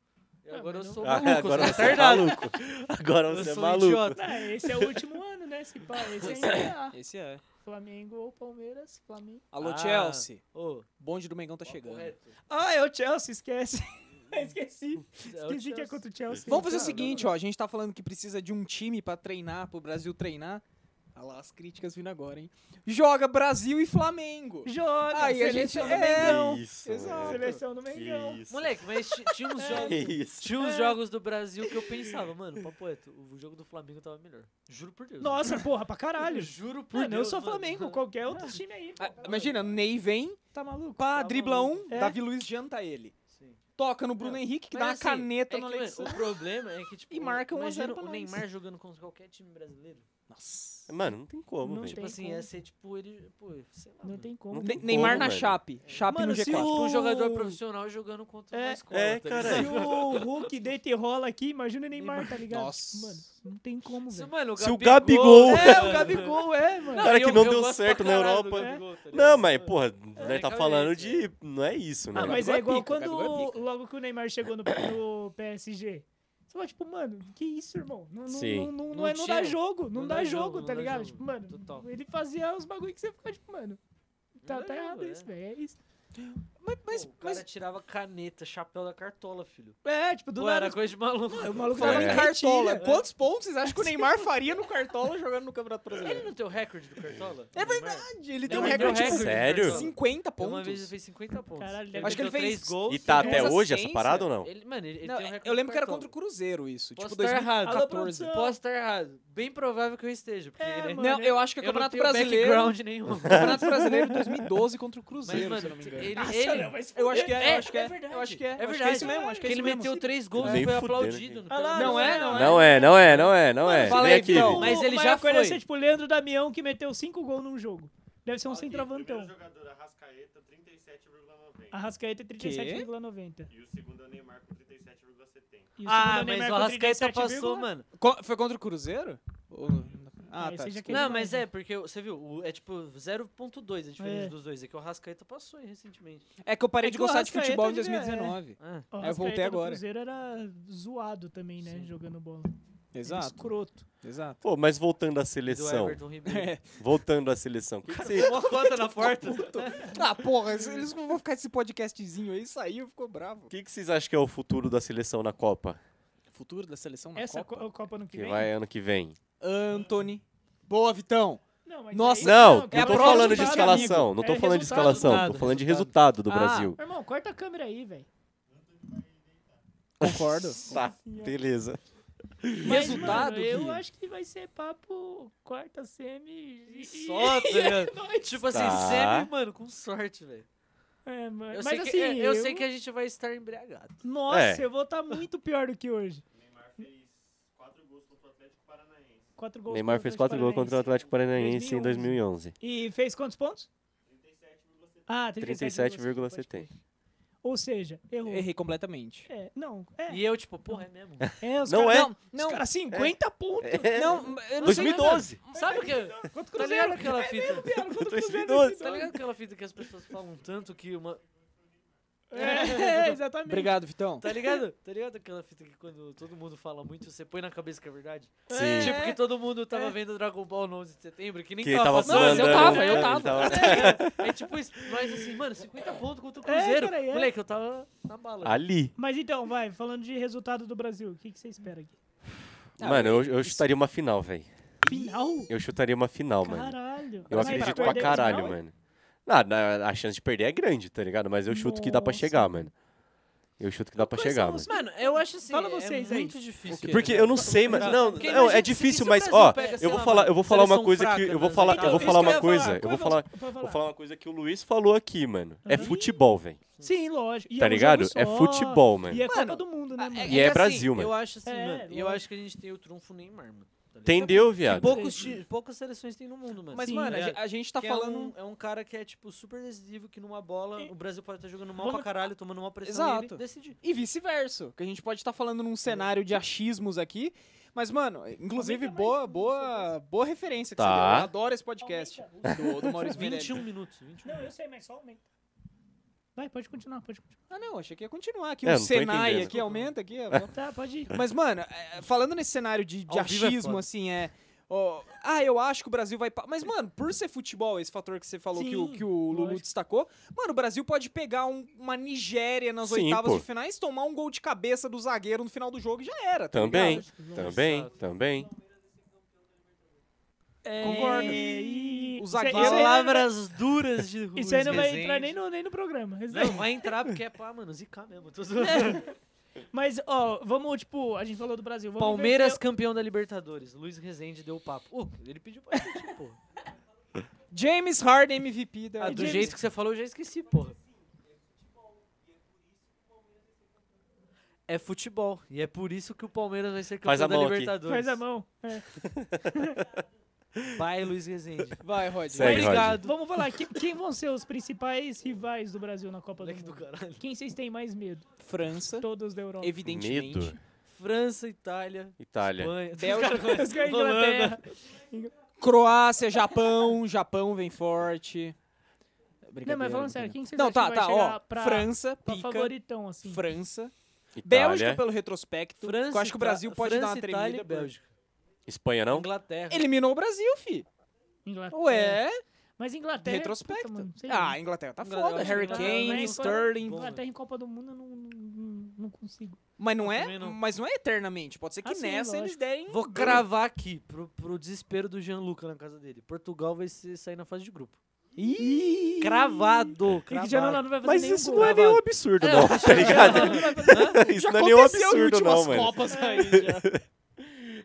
[SPEAKER 4] E
[SPEAKER 1] Ah,
[SPEAKER 4] agora eu
[SPEAKER 1] mas não-
[SPEAKER 4] sou
[SPEAKER 2] Ah,
[SPEAKER 4] maluco,
[SPEAKER 2] (laughs) agora
[SPEAKER 4] eu
[SPEAKER 2] você
[SPEAKER 4] sou
[SPEAKER 2] é
[SPEAKER 4] retardado.
[SPEAKER 2] maluco. Agora
[SPEAKER 4] Eu
[SPEAKER 2] você é
[SPEAKER 4] sou um
[SPEAKER 2] maluco.
[SPEAKER 4] idiota.
[SPEAKER 1] Ah, esse é o último (laughs) ano, né? Se pá, esse ainda é A.
[SPEAKER 3] Esse é.
[SPEAKER 1] Flamengo ou Palmeiras, Flamengo.
[SPEAKER 3] Alô,
[SPEAKER 4] Ah.
[SPEAKER 3] Chelsea.
[SPEAKER 4] Ô,
[SPEAKER 3] Bonde do Mengão tá
[SPEAKER 4] papo
[SPEAKER 3] chegando.
[SPEAKER 4] reto.
[SPEAKER 1] Ah, é o Chelsea, esquece. (laughs) Esqueci.
[SPEAKER 4] É o
[SPEAKER 1] Esqueci que é
[SPEAKER 4] Chelsea.
[SPEAKER 1] contra o Chelsea.
[SPEAKER 3] Vamos fazer o
[SPEAKER 4] Não,
[SPEAKER 3] seguinte,
[SPEAKER 4] não,
[SPEAKER 3] ó. A gente tá falando que precisa de um time pra treinar, pro Brasil treinar. Olha lá, as críticas vindo agora, hein? Joga Brasil e Flamengo.
[SPEAKER 1] Joga,
[SPEAKER 3] Aí a gente
[SPEAKER 1] seleção do
[SPEAKER 3] é,
[SPEAKER 1] Mengão.
[SPEAKER 2] Isso,
[SPEAKER 3] Exato.
[SPEAKER 2] mano.
[SPEAKER 1] Seleção do Mengão.
[SPEAKER 2] Que isso.
[SPEAKER 4] Moleque, é mas ti- tinha uns
[SPEAKER 2] Que
[SPEAKER 4] jogos.
[SPEAKER 2] isso.
[SPEAKER 4] Tinha uns
[SPEAKER 1] É.
[SPEAKER 4] jogos do Brasil que eu pensava, mano, papo reto, o jogo do Flamengo tava melhor. Juro por Deus.
[SPEAKER 1] Nossa, porra, pra
[SPEAKER 4] Eu
[SPEAKER 1] caralho.
[SPEAKER 4] juro por
[SPEAKER 1] Mano, eu
[SPEAKER 4] Deus.
[SPEAKER 1] sou
[SPEAKER 4] mano. (laughs)
[SPEAKER 1] Flamengo, qualquer outro time aí. pô.
[SPEAKER 3] Ah, imagina, Ney vem,
[SPEAKER 1] Tá maluco?
[SPEAKER 3] pá,
[SPEAKER 4] Tá
[SPEAKER 3] dribla um,
[SPEAKER 1] É.
[SPEAKER 3] Davi Luiz janta ele.
[SPEAKER 4] Sim.
[SPEAKER 3] Toca no Bruno
[SPEAKER 4] Não,
[SPEAKER 3] Henrique, que
[SPEAKER 4] Mas,
[SPEAKER 3] dá uma
[SPEAKER 4] assim,
[SPEAKER 3] caneta
[SPEAKER 4] é
[SPEAKER 3] no
[SPEAKER 4] que, mano,
[SPEAKER 3] Alexandre.
[SPEAKER 4] O problema é que, tipo,
[SPEAKER 3] E marca um a
[SPEAKER 4] imagina
[SPEAKER 3] zero pra
[SPEAKER 4] o
[SPEAKER 3] nós.
[SPEAKER 4] Neymar jogando contra qualquer time brasileiro.
[SPEAKER 3] Nossa.
[SPEAKER 2] Mano, não tem como,
[SPEAKER 1] Não
[SPEAKER 2] velho.
[SPEAKER 1] tem.
[SPEAKER 4] Tipo assim,
[SPEAKER 1] como.
[SPEAKER 4] ia ser tipo ele. Pô, sei lá.
[SPEAKER 1] Não
[SPEAKER 4] mano.
[SPEAKER 1] tem como.
[SPEAKER 2] Não tem
[SPEAKER 3] Ne- Neymar
[SPEAKER 2] como,
[SPEAKER 3] na
[SPEAKER 2] velho.
[SPEAKER 4] É.
[SPEAKER 3] Chape. Chape
[SPEAKER 1] Mano,
[SPEAKER 3] no
[SPEAKER 1] se
[SPEAKER 3] G4.
[SPEAKER 1] o-
[SPEAKER 4] Um jogador profissional jogando contra
[SPEAKER 1] É.
[SPEAKER 4] uma escola.
[SPEAKER 2] É,
[SPEAKER 4] tá
[SPEAKER 2] cara.
[SPEAKER 4] ligado?
[SPEAKER 1] Se o Hulk deita e rola aqui, imagina o Neymar, tá ligado?
[SPEAKER 3] Nossa.
[SPEAKER 1] Mano, não tem como,
[SPEAKER 4] Se,
[SPEAKER 1] velho.
[SPEAKER 4] mano, o
[SPEAKER 2] Se o Gabigol-
[SPEAKER 4] Gabigol.
[SPEAKER 1] É, o Gabigol, é, mano.
[SPEAKER 2] Cara que não deu
[SPEAKER 4] gosto pra
[SPEAKER 2] certo na
[SPEAKER 4] caralho do
[SPEAKER 2] Europa. É.
[SPEAKER 4] Gabigol, tá ligado?
[SPEAKER 2] Não, mas, porra, né, tá
[SPEAKER 4] cabeça.
[SPEAKER 2] falando de. Não é isso, né?
[SPEAKER 3] Ah,
[SPEAKER 1] Ah, mas
[SPEAKER 3] Gabigol
[SPEAKER 1] é
[SPEAKER 3] é
[SPEAKER 1] igual
[SPEAKER 3] pica,
[SPEAKER 1] quando
[SPEAKER 3] Gabigol é pica.
[SPEAKER 1] logo que o Neymar chegou no, no PSG. Você fala, tipo, mano, que isso, irmão? Não, não,
[SPEAKER 2] Sim.
[SPEAKER 1] não, não, não,
[SPEAKER 4] Não
[SPEAKER 1] é- não dá
[SPEAKER 4] tinha.
[SPEAKER 1] jogo, não, dá, jogo, tá
[SPEAKER 4] não dá
[SPEAKER 1] ligado?
[SPEAKER 4] jogo.
[SPEAKER 1] Tipo, mano,
[SPEAKER 4] Total.
[SPEAKER 1] ele fazia os bagulho que você fica, tipo, mano, tá,
[SPEAKER 4] dá
[SPEAKER 1] tá errado
[SPEAKER 4] jogo,
[SPEAKER 1] isso,
[SPEAKER 4] é.
[SPEAKER 1] velho, é isso. Mas, mas,
[SPEAKER 4] Pô, o cara
[SPEAKER 1] mas-
[SPEAKER 4] tirava caneta, chapéu da cartola, filho.
[SPEAKER 1] é, tipo, do
[SPEAKER 4] Pô,
[SPEAKER 1] nada.
[SPEAKER 4] era coisa de maluco.
[SPEAKER 1] O maluco
[SPEAKER 3] Falando
[SPEAKER 1] jogava
[SPEAKER 3] em
[SPEAKER 1] na
[SPEAKER 3] cartola,
[SPEAKER 1] retilha.
[SPEAKER 3] quantos pontos vocês acham que o Neymar faria no cartola jogando no Campeonato
[SPEAKER 4] Ele
[SPEAKER 3] Brasileiro?
[SPEAKER 4] não tem o recorde do cartola?
[SPEAKER 3] É verdade, ele tem um
[SPEAKER 4] Ele
[SPEAKER 3] recorde
[SPEAKER 4] tem um
[SPEAKER 3] tipo
[SPEAKER 4] recorde.
[SPEAKER 2] Sério?
[SPEAKER 4] de cartola.
[SPEAKER 3] 50
[SPEAKER 4] Uma vez ele
[SPEAKER 3] pontos.
[SPEAKER 4] fez 50 pontos.
[SPEAKER 1] Caralho,
[SPEAKER 4] ele
[SPEAKER 1] acho
[SPEAKER 4] acho
[SPEAKER 3] que ele fez-
[SPEAKER 4] três gols.
[SPEAKER 2] E tá
[SPEAKER 4] e
[SPEAKER 3] Sim,
[SPEAKER 2] até
[SPEAKER 3] mas
[SPEAKER 2] hoje essa
[SPEAKER 3] assistência,
[SPEAKER 2] parada ou não?
[SPEAKER 4] Ele, mano, ele, ele
[SPEAKER 3] Não,
[SPEAKER 4] tem um recorde
[SPEAKER 3] eu lembro que era
[SPEAKER 4] do
[SPEAKER 3] contra o
[SPEAKER 4] cartola.
[SPEAKER 3] Cruzeiro isso,
[SPEAKER 4] Posso
[SPEAKER 3] tipo
[SPEAKER 4] estar errado.
[SPEAKER 1] Alô,
[SPEAKER 3] 2014.
[SPEAKER 1] produção.
[SPEAKER 4] Posso estar errado. Bem provável que eu esteja. Porque,
[SPEAKER 1] É,
[SPEAKER 4] né,
[SPEAKER 1] mano.
[SPEAKER 3] Não, eu acho que é
[SPEAKER 4] eu não
[SPEAKER 3] Campeonato
[SPEAKER 4] tenho
[SPEAKER 3] Brasileiro. (laughs)
[SPEAKER 4] background nenhum.
[SPEAKER 3] Campeonato Brasileiro 2012 contra o
[SPEAKER 4] Mas,
[SPEAKER 3] Cruzeiro, se eu não
[SPEAKER 4] mano,
[SPEAKER 3] me
[SPEAKER 4] ele...
[SPEAKER 3] engano.
[SPEAKER 4] ele
[SPEAKER 1] Nossa, não, mas-
[SPEAKER 3] Eu acho que é,
[SPEAKER 4] É,
[SPEAKER 3] eu acho que é.
[SPEAKER 4] é verdade.
[SPEAKER 3] Eu acho que é.
[SPEAKER 4] É
[SPEAKER 3] eu acho que é
[SPEAKER 4] verdade.
[SPEAKER 3] isso mesmo, acho que é
[SPEAKER 4] que ele
[SPEAKER 3] isso mesmo.
[SPEAKER 4] meteu três gols
[SPEAKER 2] Nem
[SPEAKER 4] e foi
[SPEAKER 2] fudendo,
[SPEAKER 4] aplaudido.
[SPEAKER 2] hein?
[SPEAKER 1] Ah lá,
[SPEAKER 3] Não é, não é.
[SPEAKER 2] Não é, não é, não é, não é.
[SPEAKER 3] Fala
[SPEAKER 2] Vem
[SPEAKER 3] aí,
[SPEAKER 2] aqui.
[SPEAKER 3] Vitão.
[SPEAKER 4] Mas ele
[SPEAKER 1] o
[SPEAKER 4] já
[SPEAKER 1] maior coisa
[SPEAKER 4] foi.
[SPEAKER 1] Deve ser tipo o Leandro Damião que meteu cinco gols num jogo. Deve ser um
[SPEAKER 5] Aqui,
[SPEAKER 1] centroavantão.
[SPEAKER 5] Primeiro jogador, Arrascaeta, 37,90.
[SPEAKER 1] Arrascaeta é 37,90.
[SPEAKER 5] E o segundo é o Neymar com 37,70.
[SPEAKER 1] E o segundo é
[SPEAKER 4] Ah, mas
[SPEAKER 1] Neymar
[SPEAKER 4] o
[SPEAKER 1] com
[SPEAKER 4] Arrascaeta
[SPEAKER 1] 37,1.
[SPEAKER 4] passou, mano.
[SPEAKER 3] Co- Foi contra o Cruzeiro? Ou- Ah,
[SPEAKER 1] Aí
[SPEAKER 3] tá.
[SPEAKER 1] seja
[SPEAKER 3] desculpa.
[SPEAKER 1] que ele
[SPEAKER 4] Não,
[SPEAKER 1] vai,
[SPEAKER 4] mas
[SPEAKER 1] né?
[SPEAKER 4] é, porque eu- você viu, o- é tipo 0.2 a diferença
[SPEAKER 1] É.
[SPEAKER 4] dos dois. É que o Arrascaeta passou aí recentemente.
[SPEAKER 3] É que eu parei
[SPEAKER 1] É
[SPEAKER 3] de
[SPEAKER 1] que o
[SPEAKER 3] gostar de
[SPEAKER 1] Arrascaeta
[SPEAKER 3] futebol em
[SPEAKER 1] devia-
[SPEAKER 3] 2019.
[SPEAKER 4] Ah,
[SPEAKER 1] O
[SPEAKER 3] eu
[SPEAKER 1] Arrascaeta
[SPEAKER 3] voltei
[SPEAKER 1] do
[SPEAKER 3] agora.
[SPEAKER 1] Cruzeiro era zoado também, né?
[SPEAKER 4] Sim.
[SPEAKER 1] Jogando bola. Era
[SPEAKER 3] Exato,
[SPEAKER 1] escroto.
[SPEAKER 3] exato.
[SPEAKER 2] Pô, mas voltando à
[SPEAKER 4] e do
[SPEAKER 2] seleção.
[SPEAKER 4] Everton
[SPEAKER 1] (laughs) É,
[SPEAKER 4] Ribeiro.
[SPEAKER 2] Voltando à seleção. Que que você-
[SPEAKER 4] Uma conta na porta.
[SPEAKER 3] Ah, porra, eles- eles não vão ficar esse podcastzinho aí, saiu, ficou bravo.
[SPEAKER 2] O que, que vocês acham que é o futuro da seleção na Copa?
[SPEAKER 3] Futuro da seleção na
[SPEAKER 1] Essa
[SPEAKER 3] Copa?
[SPEAKER 1] Copa, Copa no que
[SPEAKER 2] Que
[SPEAKER 1] vem?
[SPEAKER 2] vai ano que vem.
[SPEAKER 3] Anthony. Boa, Vitão.
[SPEAKER 1] Não, mas
[SPEAKER 3] Nossa,
[SPEAKER 1] aí-
[SPEAKER 2] Não,
[SPEAKER 1] é
[SPEAKER 2] não tô
[SPEAKER 1] a
[SPEAKER 3] prova
[SPEAKER 2] falando
[SPEAKER 1] resultado,
[SPEAKER 2] de
[SPEAKER 1] amigo.
[SPEAKER 2] escalação. Não
[SPEAKER 1] É
[SPEAKER 2] tô falando de
[SPEAKER 1] resultado.
[SPEAKER 2] escalação. Tô
[SPEAKER 4] resultado,
[SPEAKER 2] falando de resultado
[SPEAKER 4] resultado.
[SPEAKER 2] do
[SPEAKER 3] Ah.
[SPEAKER 2] Brasil.
[SPEAKER 1] Irmão, corta a câmera aí, velho.
[SPEAKER 3] Concordo.
[SPEAKER 2] Tá, beleza.
[SPEAKER 1] Mas,
[SPEAKER 3] Resultado,
[SPEAKER 1] mano, eu
[SPEAKER 3] Gui?
[SPEAKER 1] acho que vai ser papo quarta semi (laughs) e- é e-
[SPEAKER 4] Só, tá ligado?
[SPEAKER 1] Nós.
[SPEAKER 4] Tipo assim,
[SPEAKER 2] Tá.
[SPEAKER 4] semi, mano, com sorte, velho.
[SPEAKER 1] É, mano.
[SPEAKER 4] Eu,
[SPEAKER 1] Mas
[SPEAKER 4] sei
[SPEAKER 1] assim,
[SPEAKER 4] que- é, eu sei que a gente vai estar embriagado.
[SPEAKER 1] Nossa,
[SPEAKER 2] É.
[SPEAKER 1] eu vou estar muito pior do que hoje.
[SPEAKER 5] O Neymar fez 4 gols contra o Atlético Paranaense.
[SPEAKER 1] Quatro gols
[SPEAKER 2] Neymar
[SPEAKER 1] contra
[SPEAKER 2] fez 4 gols contra o
[SPEAKER 1] Paranaense.
[SPEAKER 2] Atlético Paranaense em 2011.
[SPEAKER 1] E fez quantos pontos?
[SPEAKER 5] 37,70.
[SPEAKER 1] Ah,
[SPEAKER 2] 37,70.
[SPEAKER 1] Ou seja, errou.
[SPEAKER 3] (laughs) Errei completamente.
[SPEAKER 1] É, não, é.
[SPEAKER 4] E eu, tipo, porra, é
[SPEAKER 1] (laughs)
[SPEAKER 4] mesmo.
[SPEAKER 1] é os
[SPEAKER 2] Não
[SPEAKER 1] cara-
[SPEAKER 2] é?
[SPEAKER 1] Não,
[SPEAKER 3] Não, É.
[SPEAKER 1] Os caras 50 pontos.
[SPEAKER 3] não, eu não sei.
[SPEAKER 2] 2012.
[SPEAKER 4] Sabe o que?
[SPEAKER 1] Quanto é
[SPEAKER 4] Tá ligado aquela fita?
[SPEAKER 1] Quanto
[SPEAKER 2] 2012.
[SPEAKER 4] Tá ligado aquela fita que as pessoas falam tanto que uma.
[SPEAKER 1] É, exatamente.
[SPEAKER 3] Obrigado, Vitão.
[SPEAKER 4] Tá ligado? Tá ligado aquela fita que quando todo mundo fala muito, você põe na cabeça que é verdade?
[SPEAKER 2] Sim.
[SPEAKER 4] Tipo que todo mundo tava
[SPEAKER 1] É.
[SPEAKER 4] vendo Dragon Ball no 11 de setembro, que nem
[SPEAKER 2] Que
[SPEAKER 4] tava,
[SPEAKER 2] tava né?
[SPEAKER 4] passando.
[SPEAKER 3] mas eu
[SPEAKER 2] andando,
[SPEAKER 3] tava, eu
[SPEAKER 2] ele
[SPEAKER 3] tava.
[SPEAKER 4] (laughs) É, é tipo isso. Mas assim, mano, 50 pontos contra o
[SPEAKER 1] É,
[SPEAKER 4] Cruzeiro.
[SPEAKER 1] cara, é.
[SPEAKER 4] Moleque, eu tava na bala.
[SPEAKER 2] Ali.
[SPEAKER 1] Mas então, vai, falando de resultado do Brasil, o que, que você espera aqui?
[SPEAKER 3] Ah,
[SPEAKER 2] Mano, eu, eu chutaria uma final, velho.
[SPEAKER 1] Final?
[SPEAKER 2] Eu chutaria uma final, mano.
[SPEAKER 1] Caralho.
[SPEAKER 2] Eu
[SPEAKER 1] Mas
[SPEAKER 2] acredito
[SPEAKER 1] pra
[SPEAKER 2] pra
[SPEAKER 1] perder a
[SPEAKER 2] caralho,
[SPEAKER 1] final,
[SPEAKER 2] mano. Ah, na- a chance de perder é grande, tá ligado? Mas eu chuto que dá pra
[SPEAKER 1] Nossa.
[SPEAKER 2] chegar, mano. Eu chuto que dá pra
[SPEAKER 1] Quais
[SPEAKER 2] chegar,
[SPEAKER 1] são
[SPEAKER 2] mano.
[SPEAKER 1] os-
[SPEAKER 4] Mano, eu acho assim,
[SPEAKER 1] Fala
[SPEAKER 4] é
[SPEAKER 1] vocês aí.
[SPEAKER 4] muito difícil. tá
[SPEAKER 2] Porque eu não sei, mas não,
[SPEAKER 4] Porque
[SPEAKER 2] não, é
[SPEAKER 4] imagina se-
[SPEAKER 2] difícil,
[SPEAKER 4] se o
[SPEAKER 2] mas
[SPEAKER 4] Brasil
[SPEAKER 2] ó,
[SPEAKER 4] pega, sei
[SPEAKER 2] eu vou
[SPEAKER 4] lá,
[SPEAKER 2] falar,
[SPEAKER 4] mano,
[SPEAKER 2] eu vou falar uma
[SPEAKER 4] seleção
[SPEAKER 2] coisa que
[SPEAKER 4] fraca
[SPEAKER 2] eu vou
[SPEAKER 4] nas
[SPEAKER 2] falar, eu
[SPEAKER 1] Então,
[SPEAKER 2] vou
[SPEAKER 1] isso que
[SPEAKER 2] falar
[SPEAKER 1] eu
[SPEAKER 2] uma
[SPEAKER 1] ia
[SPEAKER 2] coisa,
[SPEAKER 1] falar,
[SPEAKER 2] eu vou
[SPEAKER 1] qual
[SPEAKER 2] falar,
[SPEAKER 1] é o- pode
[SPEAKER 2] vou
[SPEAKER 1] falar.
[SPEAKER 2] falar uma coisa que o Luiz falou aqui, mano. É
[SPEAKER 1] Aham.
[SPEAKER 2] futebol, velho.
[SPEAKER 1] Sim, lógico. E
[SPEAKER 2] Tá
[SPEAKER 1] é um
[SPEAKER 2] ligado?
[SPEAKER 1] jogo
[SPEAKER 2] É
[SPEAKER 1] só,
[SPEAKER 2] futebol, mano.
[SPEAKER 1] E é Copa
[SPEAKER 3] Mano,
[SPEAKER 1] do Mundo, né, mano?
[SPEAKER 2] E é
[SPEAKER 4] que assim,
[SPEAKER 2] Brasil, mano.
[SPEAKER 4] Eu acho assim,
[SPEAKER 1] É,
[SPEAKER 4] mano.
[SPEAKER 1] lógico.
[SPEAKER 4] Eu acho que a gente tem o trunfo Neymar, mano. Tá ligado?
[SPEAKER 2] Entendeu, viado?
[SPEAKER 4] Poucos, ti- poucas seleções tem no mundo, mano.
[SPEAKER 3] Mas,
[SPEAKER 1] Sim,
[SPEAKER 3] mano, a
[SPEAKER 4] é.
[SPEAKER 3] gente- a gente tá
[SPEAKER 4] Que
[SPEAKER 3] falando.
[SPEAKER 4] é um, é um cara que é, tipo, super decisivo, que numa bola
[SPEAKER 1] E-
[SPEAKER 4] o Brasil pode estar jogando mal
[SPEAKER 1] Vamos-
[SPEAKER 4] pra caralho, tomando uma pressão
[SPEAKER 3] Exato.
[SPEAKER 4] e ele decidir.
[SPEAKER 3] E vice-versa. Que a gente pode estar falando num cenário de achismos aqui. Mas, mano, inclusive,
[SPEAKER 1] Comenta mais
[SPEAKER 3] boa,
[SPEAKER 1] sobre
[SPEAKER 3] boa, boa referência que
[SPEAKER 2] Tá.
[SPEAKER 3] você deu. Eu adoro esse podcast um.
[SPEAKER 1] Aumenta.
[SPEAKER 3] do, do (laughs) Maurício Meirelles.
[SPEAKER 4] 21 minutos. 21
[SPEAKER 1] Não, eu
[SPEAKER 4] minutos.
[SPEAKER 1] sei, mas só aumenta. Vai, pode continuar, pode continuar.
[SPEAKER 3] Ah, não, achei que ia continuar aqui.
[SPEAKER 2] É,
[SPEAKER 3] o
[SPEAKER 2] não tô
[SPEAKER 3] Senai
[SPEAKER 2] entendendo.
[SPEAKER 3] aqui aumenta aqui.
[SPEAKER 2] (laughs)
[SPEAKER 3] ó.
[SPEAKER 1] Tá, pode ir.
[SPEAKER 3] Mas, mano, é, falando nesse cenário de, de
[SPEAKER 4] Ao vivo é
[SPEAKER 3] achismo,
[SPEAKER 4] foda.
[SPEAKER 3] assim, é. ó, ah, eu acho que o Brasil vai. pa- Mas, mano, por ser futebol, esse fator que você falou que o,
[SPEAKER 1] Sim,
[SPEAKER 3] que o Lulu
[SPEAKER 1] lógico.
[SPEAKER 3] destacou, mano, o Brasil pode pegar um- uma Nigéria nas
[SPEAKER 2] Sim,
[SPEAKER 3] oitavas
[SPEAKER 2] pô.
[SPEAKER 3] de finais, tomar um gol de cabeça do zagueiro no final do jogo e já era. Tá
[SPEAKER 2] Também,
[SPEAKER 3] ligado?
[SPEAKER 4] um
[SPEAKER 2] também, também.
[SPEAKER 3] Concordo.
[SPEAKER 1] É, e-
[SPEAKER 3] É, O
[SPEAKER 1] isso aí-
[SPEAKER 3] zagueiro-
[SPEAKER 1] isso aí não-
[SPEAKER 4] Palavras duras de
[SPEAKER 1] (laughs)
[SPEAKER 4] Ruiz
[SPEAKER 1] Isso aí não vai
[SPEAKER 4] Rezende.
[SPEAKER 1] entrar nem no, nem no programa.
[SPEAKER 4] Não, vai entrar porque é pra, mano, zicar mesmo. Tô zoando.
[SPEAKER 1] É, Mas, ó, vamos, tipo, a gente falou do Brasil. Vamos
[SPEAKER 4] Palmeiras
[SPEAKER 1] inverter-
[SPEAKER 4] campeão da Libertadores. Luiz Rezende deu o papo. Uh, ele pediu pra gente,
[SPEAKER 1] (laughs)
[SPEAKER 4] porra.
[SPEAKER 3] James Harden MVP da.
[SPEAKER 4] Ah,
[SPEAKER 1] E
[SPEAKER 4] do
[SPEAKER 1] James-
[SPEAKER 4] jeito que você falou, eu já esqueci, porra. É futebol, e é por isso que o Palmeiras vai ser campeão
[SPEAKER 2] Faz a
[SPEAKER 4] da
[SPEAKER 2] mão aqui.
[SPEAKER 4] Libertadores.
[SPEAKER 1] Faz a mão. é.
[SPEAKER 4] Vai, Luiz Rezende.
[SPEAKER 3] Vai, Rod.
[SPEAKER 2] Segue, Rod.
[SPEAKER 3] Obrigado.
[SPEAKER 1] Vamos falar, que- quem vão ser os principais rivais do Brasil na Copa do
[SPEAKER 4] Moleque do
[SPEAKER 1] Mundo?
[SPEAKER 4] caralho.
[SPEAKER 1] Quem vocês têm mais medo?
[SPEAKER 3] França,
[SPEAKER 1] Todos da (laughs) Europa.
[SPEAKER 3] evidentemente.
[SPEAKER 2] Medo.
[SPEAKER 4] França, Itália,
[SPEAKER 2] Itália.
[SPEAKER 4] Espanha,
[SPEAKER 3] Bélgica,
[SPEAKER 1] Os caras da Inglaterra.
[SPEAKER 3] Croácia, Japão. Japão vem forte.
[SPEAKER 1] Não,
[SPEAKER 3] Brincadeira,
[SPEAKER 1] mas falando
[SPEAKER 3] brincadeira.
[SPEAKER 1] sério, quem vocês
[SPEAKER 3] Não,
[SPEAKER 1] acham
[SPEAKER 3] tá,
[SPEAKER 1] que vai
[SPEAKER 3] tá,
[SPEAKER 1] chegar
[SPEAKER 3] ó.
[SPEAKER 1] pra,
[SPEAKER 3] França,
[SPEAKER 1] pra
[SPEAKER 3] pica.
[SPEAKER 1] favoritão, assim?
[SPEAKER 3] França. Bélgica
[SPEAKER 2] Itália.
[SPEAKER 3] pelo retrospecto.
[SPEAKER 4] França,
[SPEAKER 3] que eu acho que o Brasil
[SPEAKER 4] Ita-
[SPEAKER 3] pode
[SPEAKER 4] França,
[SPEAKER 3] dar uma tremida.
[SPEAKER 4] Itália, e
[SPEAKER 3] por-
[SPEAKER 4] Bélgica.
[SPEAKER 2] Espanha não?
[SPEAKER 4] Inglaterra.
[SPEAKER 3] Eliminou o Brasil, fi.
[SPEAKER 1] Inglaterra.
[SPEAKER 3] Ué,
[SPEAKER 1] Mas Inglaterra.
[SPEAKER 3] Retrospecto.
[SPEAKER 1] puta, mano, sei lá.
[SPEAKER 3] ah, a Inglaterra tá
[SPEAKER 4] Inglaterra,
[SPEAKER 3] foda.
[SPEAKER 4] eu acho
[SPEAKER 3] Harry
[SPEAKER 4] que
[SPEAKER 1] Inglaterra
[SPEAKER 3] Kane,
[SPEAKER 1] vai-
[SPEAKER 3] Sterling.
[SPEAKER 4] Bom,
[SPEAKER 1] Inglaterra em Copa do Mundo eu não, não, não consigo.
[SPEAKER 3] Mas não é,
[SPEAKER 4] também não.
[SPEAKER 3] mas não é eternamente. Pode ser que
[SPEAKER 1] Ah, sim,
[SPEAKER 3] nessa eles
[SPEAKER 1] lógico.
[SPEAKER 3] derem.
[SPEAKER 4] Vou cravar aqui, pro, pro desespero do Gianluca na casa dele. Portugal vai se- sair na fase de grupo.
[SPEAKER 3] Ih,
[SPEAKER 4] Cravado,
[SPEAKER 1] E que
[SPEAKER 4] cravado.
[SPEAKER 1] Janola não vai fazer
[SPEAKER 2] Mas
[SPEAKER 1] nenhum
[SPEAKER 2] isso
[SPEAKER 1] gol.
[SPEAKER 2] não é
[SPEAKER 4] gravado.
[SPEAKER 2] nenhum absurdo,
[SPEAKER 4] É,
[SPEAKER 2] não,
[SPEAKER 4] eu acho
[SPEAKER 2] tá
[SPEAKER 4] que
[SPEAKER 2] ligado? Isso
[SPEAKER 3] já
[SPEAKER 2] não é nenhum
[SPEAKER 3] aconteceu em
[SPEAKER 2] absurdo, não,
[SPEAKER 3] últimas
[SPEAKER 2] mano.
[SPEAKER 3] Copas
[SPEAKER 1] (laughs)
[SPEAKER 3] aí.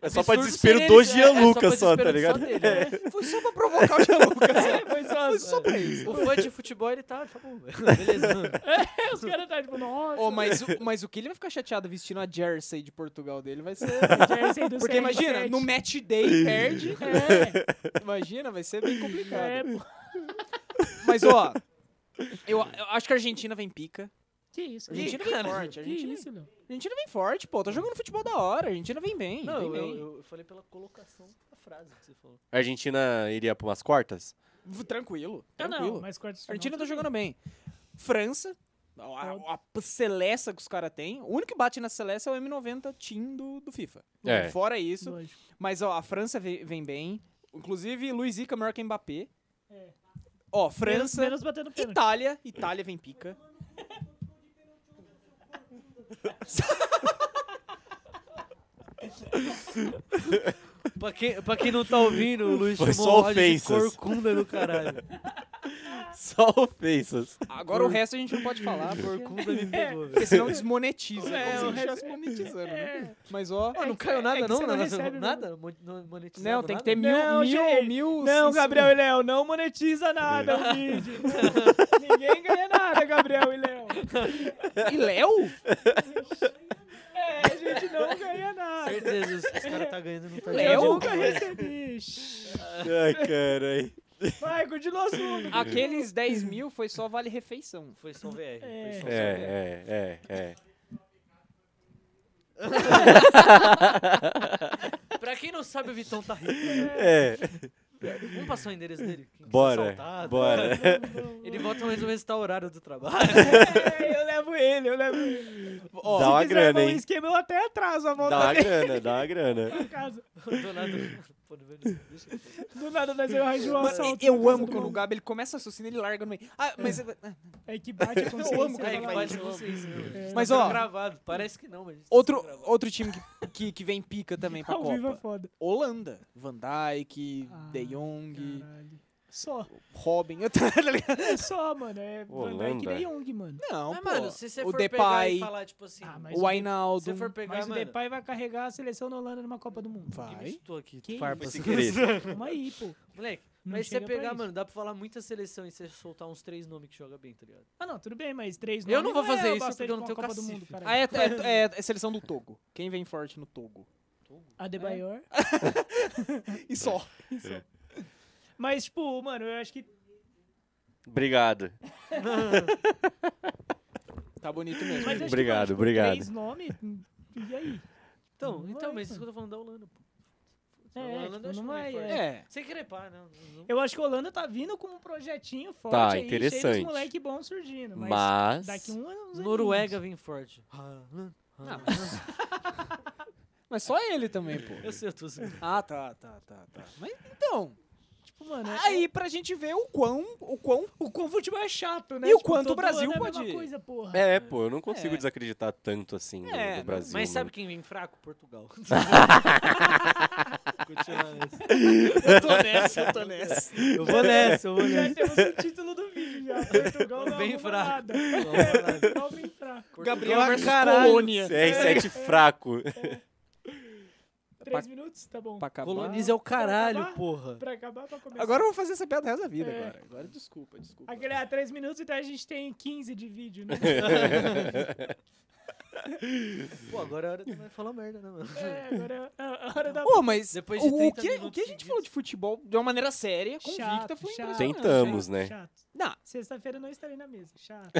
[SPEAKER 2] É só pra
[SPEAKER 4] Absurdo
[SPEAKER 2] desespero
[SPEAKER 4] seria
[SPEAKER 2] do
[SPEAKER 4] ele- é, é só pra
[SPEAKER 2] Gianluca só, tá
[SPEAKER 4] desespero
[SPEAKER 2] ligado?
[SPEAKER 4] só dele, né?
[SPEAKER 3] Foi só pra provocar o assim. Gianluca.
[SPEAKER 4] (laughs)
[SPEAKER 1] É, foi só-
[SPEAKER 3] Foi só pra isso.
[SPEAKER 4] O fã de futebol, ele tá, tá bom. (laughs) Beleza.
[SPEAKER 1] É, os caras tá tipo, nossa.
[SPEAKER 3] (laughs) Oh, mas, o- mas o que ele vai ficar chateado vestindo a jersey de Portugal dele vai (laughs) ser. um
[SPEAKER 1] jersey do
[SPEAKER 3] Porque imagina,
[SPEAKER 1] CR7.
[SPEAKER 3] no match day perde.
[SPEAKER 1] É,
[SPEAKER 3] Imagina, vai ser bem complicado.
[SPEAKER 1] é, pô.
[SPEAKER 3] Mas, ó, eu, eu acho que a Argentina vem pica.
[SPEAKER 1] Que isso,
[SPEAKER 3] A
[SPEAKER 1] cara.
[SPEAKER 3] Argentina vem forte. A
[SPEAKER 1] Que
[SPEAKER 3] Argentina,
[SPEAKER 1] isso, Ah, Léo.
[SPEAKER 3] a Argentina vem forte, pô. Tá jogando futebol da hora. A Argentina vem bem.
[SPEAKER 4] Não,
[SPEAKER 3] vem
[SPEAKER 4] eu,
[SPEAKER 3] bem.
[SPEAKER 4] eu- eu falei pela colocação da frase que você falou.
[SPEAKER 2] A Argentina iria pra umas quartas?
[SPEAKER 3] V- Tranquilo.
[SPEAKER 1] Ah,
[SPEAKER 3] Tranquilo.
[SPEAKER 1] não, mas quartos de
[SPEAKER 3] a
[SPEAKER 1] final
[SPEAKER 3] Argentina tá
[SPEAKER 1] tudo
[SPEAKER 3] jogando bem. França. A, a, a celesta que os caras têm. O único que bate na celeste é o M90 Team do, do FIFA.
[SPEAKER 2] É.
[SPEAKER 3] Fora
[SPEAKER 1] bem,
[SPEAKER 3] isso,
[SPEAKER 1] lógico.
[SPEAKER 3] Mas, ó, a França ve- vem bem. Inclusive, Luiz Ica maior que Mbappé.
[SPEAKER 1] É.
[SPEAKER 3] Ó,
[SPEAKER 1] Menos,
[SPEAKER 3] França,
[SPEAKER 1] menos batendo pênalti.
[SPEAKER 3] Itália. Itália vem pica.
[SPEAKER 4] Pra quem, pra quem não tá ouvindo, o Luiz
[SPEAKER 2] Foi
[SPEAKER 4] tomou
[SPEAKER 2] só
[SPEAKER 4] um óleo de
[SPEAKER 2] ofensas.
[SPEAKER 4] corcunda no caralho.
[SPEAKER 2] (laughs) Só ofensas.
[SPEAKER 3] Agora o resto a gente não pode falar, porque,
[SPEAKER 4] Corcunda me pegou, velho.
[SPEAKER 3] porque senão desmonetiza.
[SPEAKER 1] É,
[SPEAKER 3] como se
[SPEAKER 1] o
[SPEAKER 3] a gente
[SPEAKER 1] resto-
[SPEAKER 3] estivesse monetizando, né?
[SPEAKER 1] É.
[SPEAKER 3] Mas, ó...
[SPEAKER 4] Pô, não
[SPEAKER 1] que-
[SPEAKER 4] caiu nada,
[SPEAKER 1] é que
[SPEAKER 4] não?
[SPEAKER 1] você
[SPEAKER 4] na
[SPEAKER 1] não
[SPEAKER 4] nação-
[SPEAKER 1] recebe,
[SPEAKER 4] nada? Mon- Não monetizado?
[SPEAKER 3] Não, tem que
[SPEAKER 4] nada?
[SPEAKER 3] ter mil,
[SPEAKER 1] Não,
[SPEAKER 3] mil,
[SPEAKER 1] gente.
[SPEAKER 3] mil...
[SPEAKER 1] Não,
[SPEAKER 3] censuras.
[SPEAKER 1] Gabriel e Léo, não monetiza nada o
[SPEAKER 3] (laughs)
[SPEAKER 1] vídeo. Ninguém ganha nada, Gabriel e Léo.
[SPEAKER 3] E Léo?
[SPEAKER 1] É, a gente não ganha nada.
[SPEAKER 4] Certeza, os, os caras tá ganhando não tá
[SPEAKER 3] Léo?
[SPEAKER 1] Eu
[SPEAKER 4] ganhando.
[SPEAKER 1] nunca recebi.
[SPEAKER 2] Ai, caralho.
[SPEAKER 1] Vai, continua o assunto.
[SPEAKER 3] Aqueles 10 mil foi só vale-refeição.
[SPEAKER 4] Foi só VR.
[SPEAKER 1] É.
[SPEAKER 4] Foi só um VR.
[SPEAKER 2] É, é, é, é.
[SPEAKER 4] Pra quem não sabe, o Vitão tá rico.
[SPEAKER 2] É,
[SPEAKER 4] Vamos passar o endereço dele? Quem foi
[SPEAKER 2] bora,
[SPEAKER 4] assaltado?
[SPEAKER 2] bora.
[SPEAKER 4] Ele volta mais ou menos tá o horário do trabalho.
[SPEAKER 1] (laughs)
[SPEAKER 4] (laughs)
[SPEAKER 1] É, eu levo ele, eu levo ele.
[SPEAKER 3] Ó,
[SPEAKER 2] Dá uma
[SPEAKER 1] Se quiser
[SPEAKER 2] grana,
[SPEAKER 1] armar um
[SPEAKER 2] hein?
[SPEAKER 1] esquema, eu até atraso a
[SPEAKER 2] Dá
[SPEAKER 1] volta
[SPEAKER 2] uma
[SPEAKER 1] dele
[SPEAKER 2] grana, dá uma grana.
[SPEAKER 1] pra casa.
[SPEAKER 4] Do nada. Pô, não vem, deixa eu-
[SPEAKER 1] Do nada, nós vamos arranjar um
[SPEAKER 3] mano,
[SPEAKER 1] assalto. na
[SPEAKER 3] eu
[SPEAKER 1] casa do
[SPEAKER 3] amo quando o
[SPEAKER 1] maluco.
[SPEAKER 3] Gabi ele começa a raciocínio e ele larga no meio. Ah, mas...
[SPEAKER 1] É que bate a consciência.
[SPEAKER 3] amo quando
[SPEAKER 1] ela
[SPEAKER 4] É,
[SPEAKER 3] ele
[SPEAKER 4] que
[SPEAKER 1] vai.
[SPEAKER 4] vai de
[SPEAKER 3] isso.
[SPEAKER 4] vocês,
[SPEAKER 1] É.
[SPEAKER 4] né?
[SPEAKER 3] Mas,
[SPEAKER 4] Tá
[SPEAKER 3] ó,
[SPEAKER 4] gravado. Parece que não, mas.
[SPEAKER 3] Outro,
[SPEAKER 4] tá gravado.
[SPEAKER 3] outro time que, que, que vem pica também pra
[SPEAKER 1] Ao vivo é
[SPEAKER 3] Copa.
[SPEAKER 1] foda.
[SPEAKER 3] Holanda. Van Dijk,
[SPEAKER 1] Ah,
[SPEAKER 3] De Jong,
[SPEAKER 1] Caralho. Só.
[SPEAKER 3] Robin. (laughs) Tá ligado?
[SPEAKER 1] É só, mano. É Van Dijk e
[SPEAKER 2] Holanda.
[SPEAKER 1] De Jong, mano.
[SPEAKER 3] Não,
[SPEAKER 4] Mas,
[SPEAKER 3] pô.
[SPEAKER 4] mano, se você
[SPEAKER 3] o
[SPEAKER 4] for pegar
[SPEAKER 3] Depay,
[SPEAKER 4] e falar, tipo assim.
[SPEAKER 1] Ah, mas
[SPEAKER 3] o Ainaldo.
[SPEAKER 4] Se você for pegar,
[SPEAKER 1] Mas o
[SPEAKER 4] mano,
[SPEAKER 1] Depay vai carregar a seleção da Holanda numa Copa do Mundo.
[SPEAKER 4] quem
[SPEAKER 3] Vai.
[SPEAKER 4] me chutou aqui?
[SPEAKER 1] Que
[SPEAKER 4] Farpas.
[SPEAKER 2] Foi sem querer.
[SPEAKER 1] Calma aí,
[SPEAKER 4] (laughs)
[SPEAKER 1] pô.
[SPEAKER 4] Moleque,
[SPEAKER 1] Não
[SPEAKER 4] mas se você
[SPEAKER 1] chega pra
[SPEAKER 4] pegar,
[SPEAKER 1] isso.
[SPEAKER 4] mano, dá pra falar muita seleção e você soltar uns três nomes que joga bem, tá ligado?
[SPEAKER 1] Ah, não, tudo bem, mas três
[SPEAKER 4] Eu
[SPEAKER 1] nomes
[SPEAKER 4] não vou
[SPEAKER 1] é
[SPEAKER 4] fazer
[SPEAKER 1] o
[SPEAKER 4] isso
[SPEAKER 1] bastante
[SPEAKER 4] porque eu não
[SPEAKER 1] pra
[SPEAKER 4] tenho
[SPEAKER 1] Copa do
[SPEAKER 4] cacife.
[SPEAKER 1] Mundo, caralho.
[SPEAKER 3] Ah, é, é, é, é seleção do Togo. Quem vem forte no Togo?
[SPEAKER 4] É?
[SPEAKER 1] Adebayor.
[SPEAKER 3] E só.
[SPEAKER 1] Mas, tipo, mano, eu acho que
[SPEAKER 2] Obrigado.
[SPEAKER 3] Tá bonito mesmo.
[SPEAKER 1] Mas acho
[SPEAKER 2] Obrigado,
[SPEAKER 1] que, tipo,
[SPEAKER 2] obrigado.
[SPEAKER 1] Três nomes? E aí?
[SPEAKER 4] Então,
[SPEAKER 1] Não
[SPEAKER 4] então
[SPEAKER 1] vai,
[SPEAKER 4] mas isso
[SPEAKER 1] mano.
[SPEAKER 4] que eu tô falando da Holanda, pô.
[SPEAKER 1] É,
[SPEAKER 4] A Holanda
[SPEAKER 1] tipo,
[SPEAKER 4] eu acho
[SPEAKER 1] não
[SPEAKER 4] que
[SPEAKER 1] vai,
[SPEAKER 4] vem forte.
[SPEAKER 3] É.
[SPEAKER 4] Sem querer pá, né? Não-
[SPEAKER 1] Eu acho que a Holanda tá vindo com um projetinho forte
[SPEAKER 2] Tá,
[SPEAKER 1] aí, cheio
[SPEAKER 2] interessante.
[SPEAKER 1] dos moleque bom surgindo. Mas,
[SPEAKER 2] Mas.
[SPEAKER 1] daqui um ano... uns
[SPEAKER 4] Noruega vem forte. Ah,
[SPEAKER 3] Mas só ele também, pô.
[SPEAKER 4] (laughs) eu sei, eu tô zoando.
[SPEAKER 3] Ah, tá, tá, tá, tá. Mas então.
[SPEAKER 1] aninhos. Tipo, mano, é-
[SPEAKER 3] Aí pra gente ver o quão. O quão.
[SPEAKER 1] o quão futebol é chato, né?
[SPEAKER 3] E o
[SPEAKER 1] Tipo,
[SPEAKER 3] quanto o
[SPEAKER 1] todo
[SPEAKER 3] Brasil
[SPEAKER 1] ano é a
[SPEAKER 3] pode
[SPEAKER 1] mesma
[SPEAKER 3] ir.
[SPEAKER 1] coisa, porra.
[SPEAKER 2] É, pô, eu não consigo
[SPEAKER 3] É.
[SPEAKER 2] desacreditar tanto assim do-
[SPEAKER 3] É,
[SPEAKER 2] do Brasil. né?
[SPEAKER 4] Mas
[SPEAKER 2] mano.
[SPEAKER 4] sabe quem vem fraco? Portugal. Continua nessa.
[SPEAKER 3] Eu tô nessa, eu tô nessa.
[SPEAKER 4] Eu vou nessa, eu vou
[SPEAKER 1] Já
[SPEAKER 4] nessa.
[SPEAKER 1] temos o título do vídeo, já.
[SPEAKER 4] (laughs)
[SPEAKER 1] Portugal não
[SPEAKER 4] Vem
[SPEAKER 1] arruma
[SPEAKER 4] fraco.
[SPEAKER 1] nada. É,
[SPEAKER 4] Não arruma nada.
[SPEAKER 1] Portugal vem fraco.
[SPEAKER 3] Gabriel é
[SPEAKER 4] pra
[SPEAKER 3] versus
[SPEAKER 4] caralho.
[SPEAKER 3] Colônia.
[SPEAKER 2] CR7 é fraco.
[SPEAKER 1] Três minutos? Tá bom.
[SPEAKER 3] Pra acabar.
[SPEAKER 4] Coloniza é o caralho,
[SPEAKER 1] acabar?
[SPEAKER 4] porra.
[SPEAKER 1] Pra acabar, pra começar.
[SPEAKER 3] Agora eu vou fazer essa piada o resto da vida,
[SPEAKER 1] É.
[SPEAKER 3] agora. Agora desculpa, desculpa.
[SPEAKER 1] Aquele, ah, três minutos, então a gente tem 15 de vídeo,
[SPEAKER 2] (laughs)
[SPEAKER 1] né?
[SPEAKER 4] Pô, agora é hora de nós falar merda, né, mano?
[SPEAKER 1] é, agora é a hora da...
[SPEAKER 3] Pô, mas
[SPEAKER 4] Depois de
[SPEAKER 3] o, o
[SPEAKER 4] 30
[SPEAKER 3] que, o
[SPEAKER 4] minutos
[SPEAKER 3] que a gente
[SPEAKER 4] seguidos.
[SPEAKER 3] falou de futebol de uma maneira séria, convicta,
[SPEAKER 1] Chato,
[SPEAKER 3] foi
[SPEAKER 1] chato.
[SPEAKER 3] impressionante.
[SPEAKER 2] Tentamos, né?
[SPEAKER 1] Chato.
[SPEAKER 3] Não,
[SPEAKER 1] Sexta-feira eu não estarei na mesa.
[SPEAKER 3] (laughs)
[SPEAKER 1] Chato.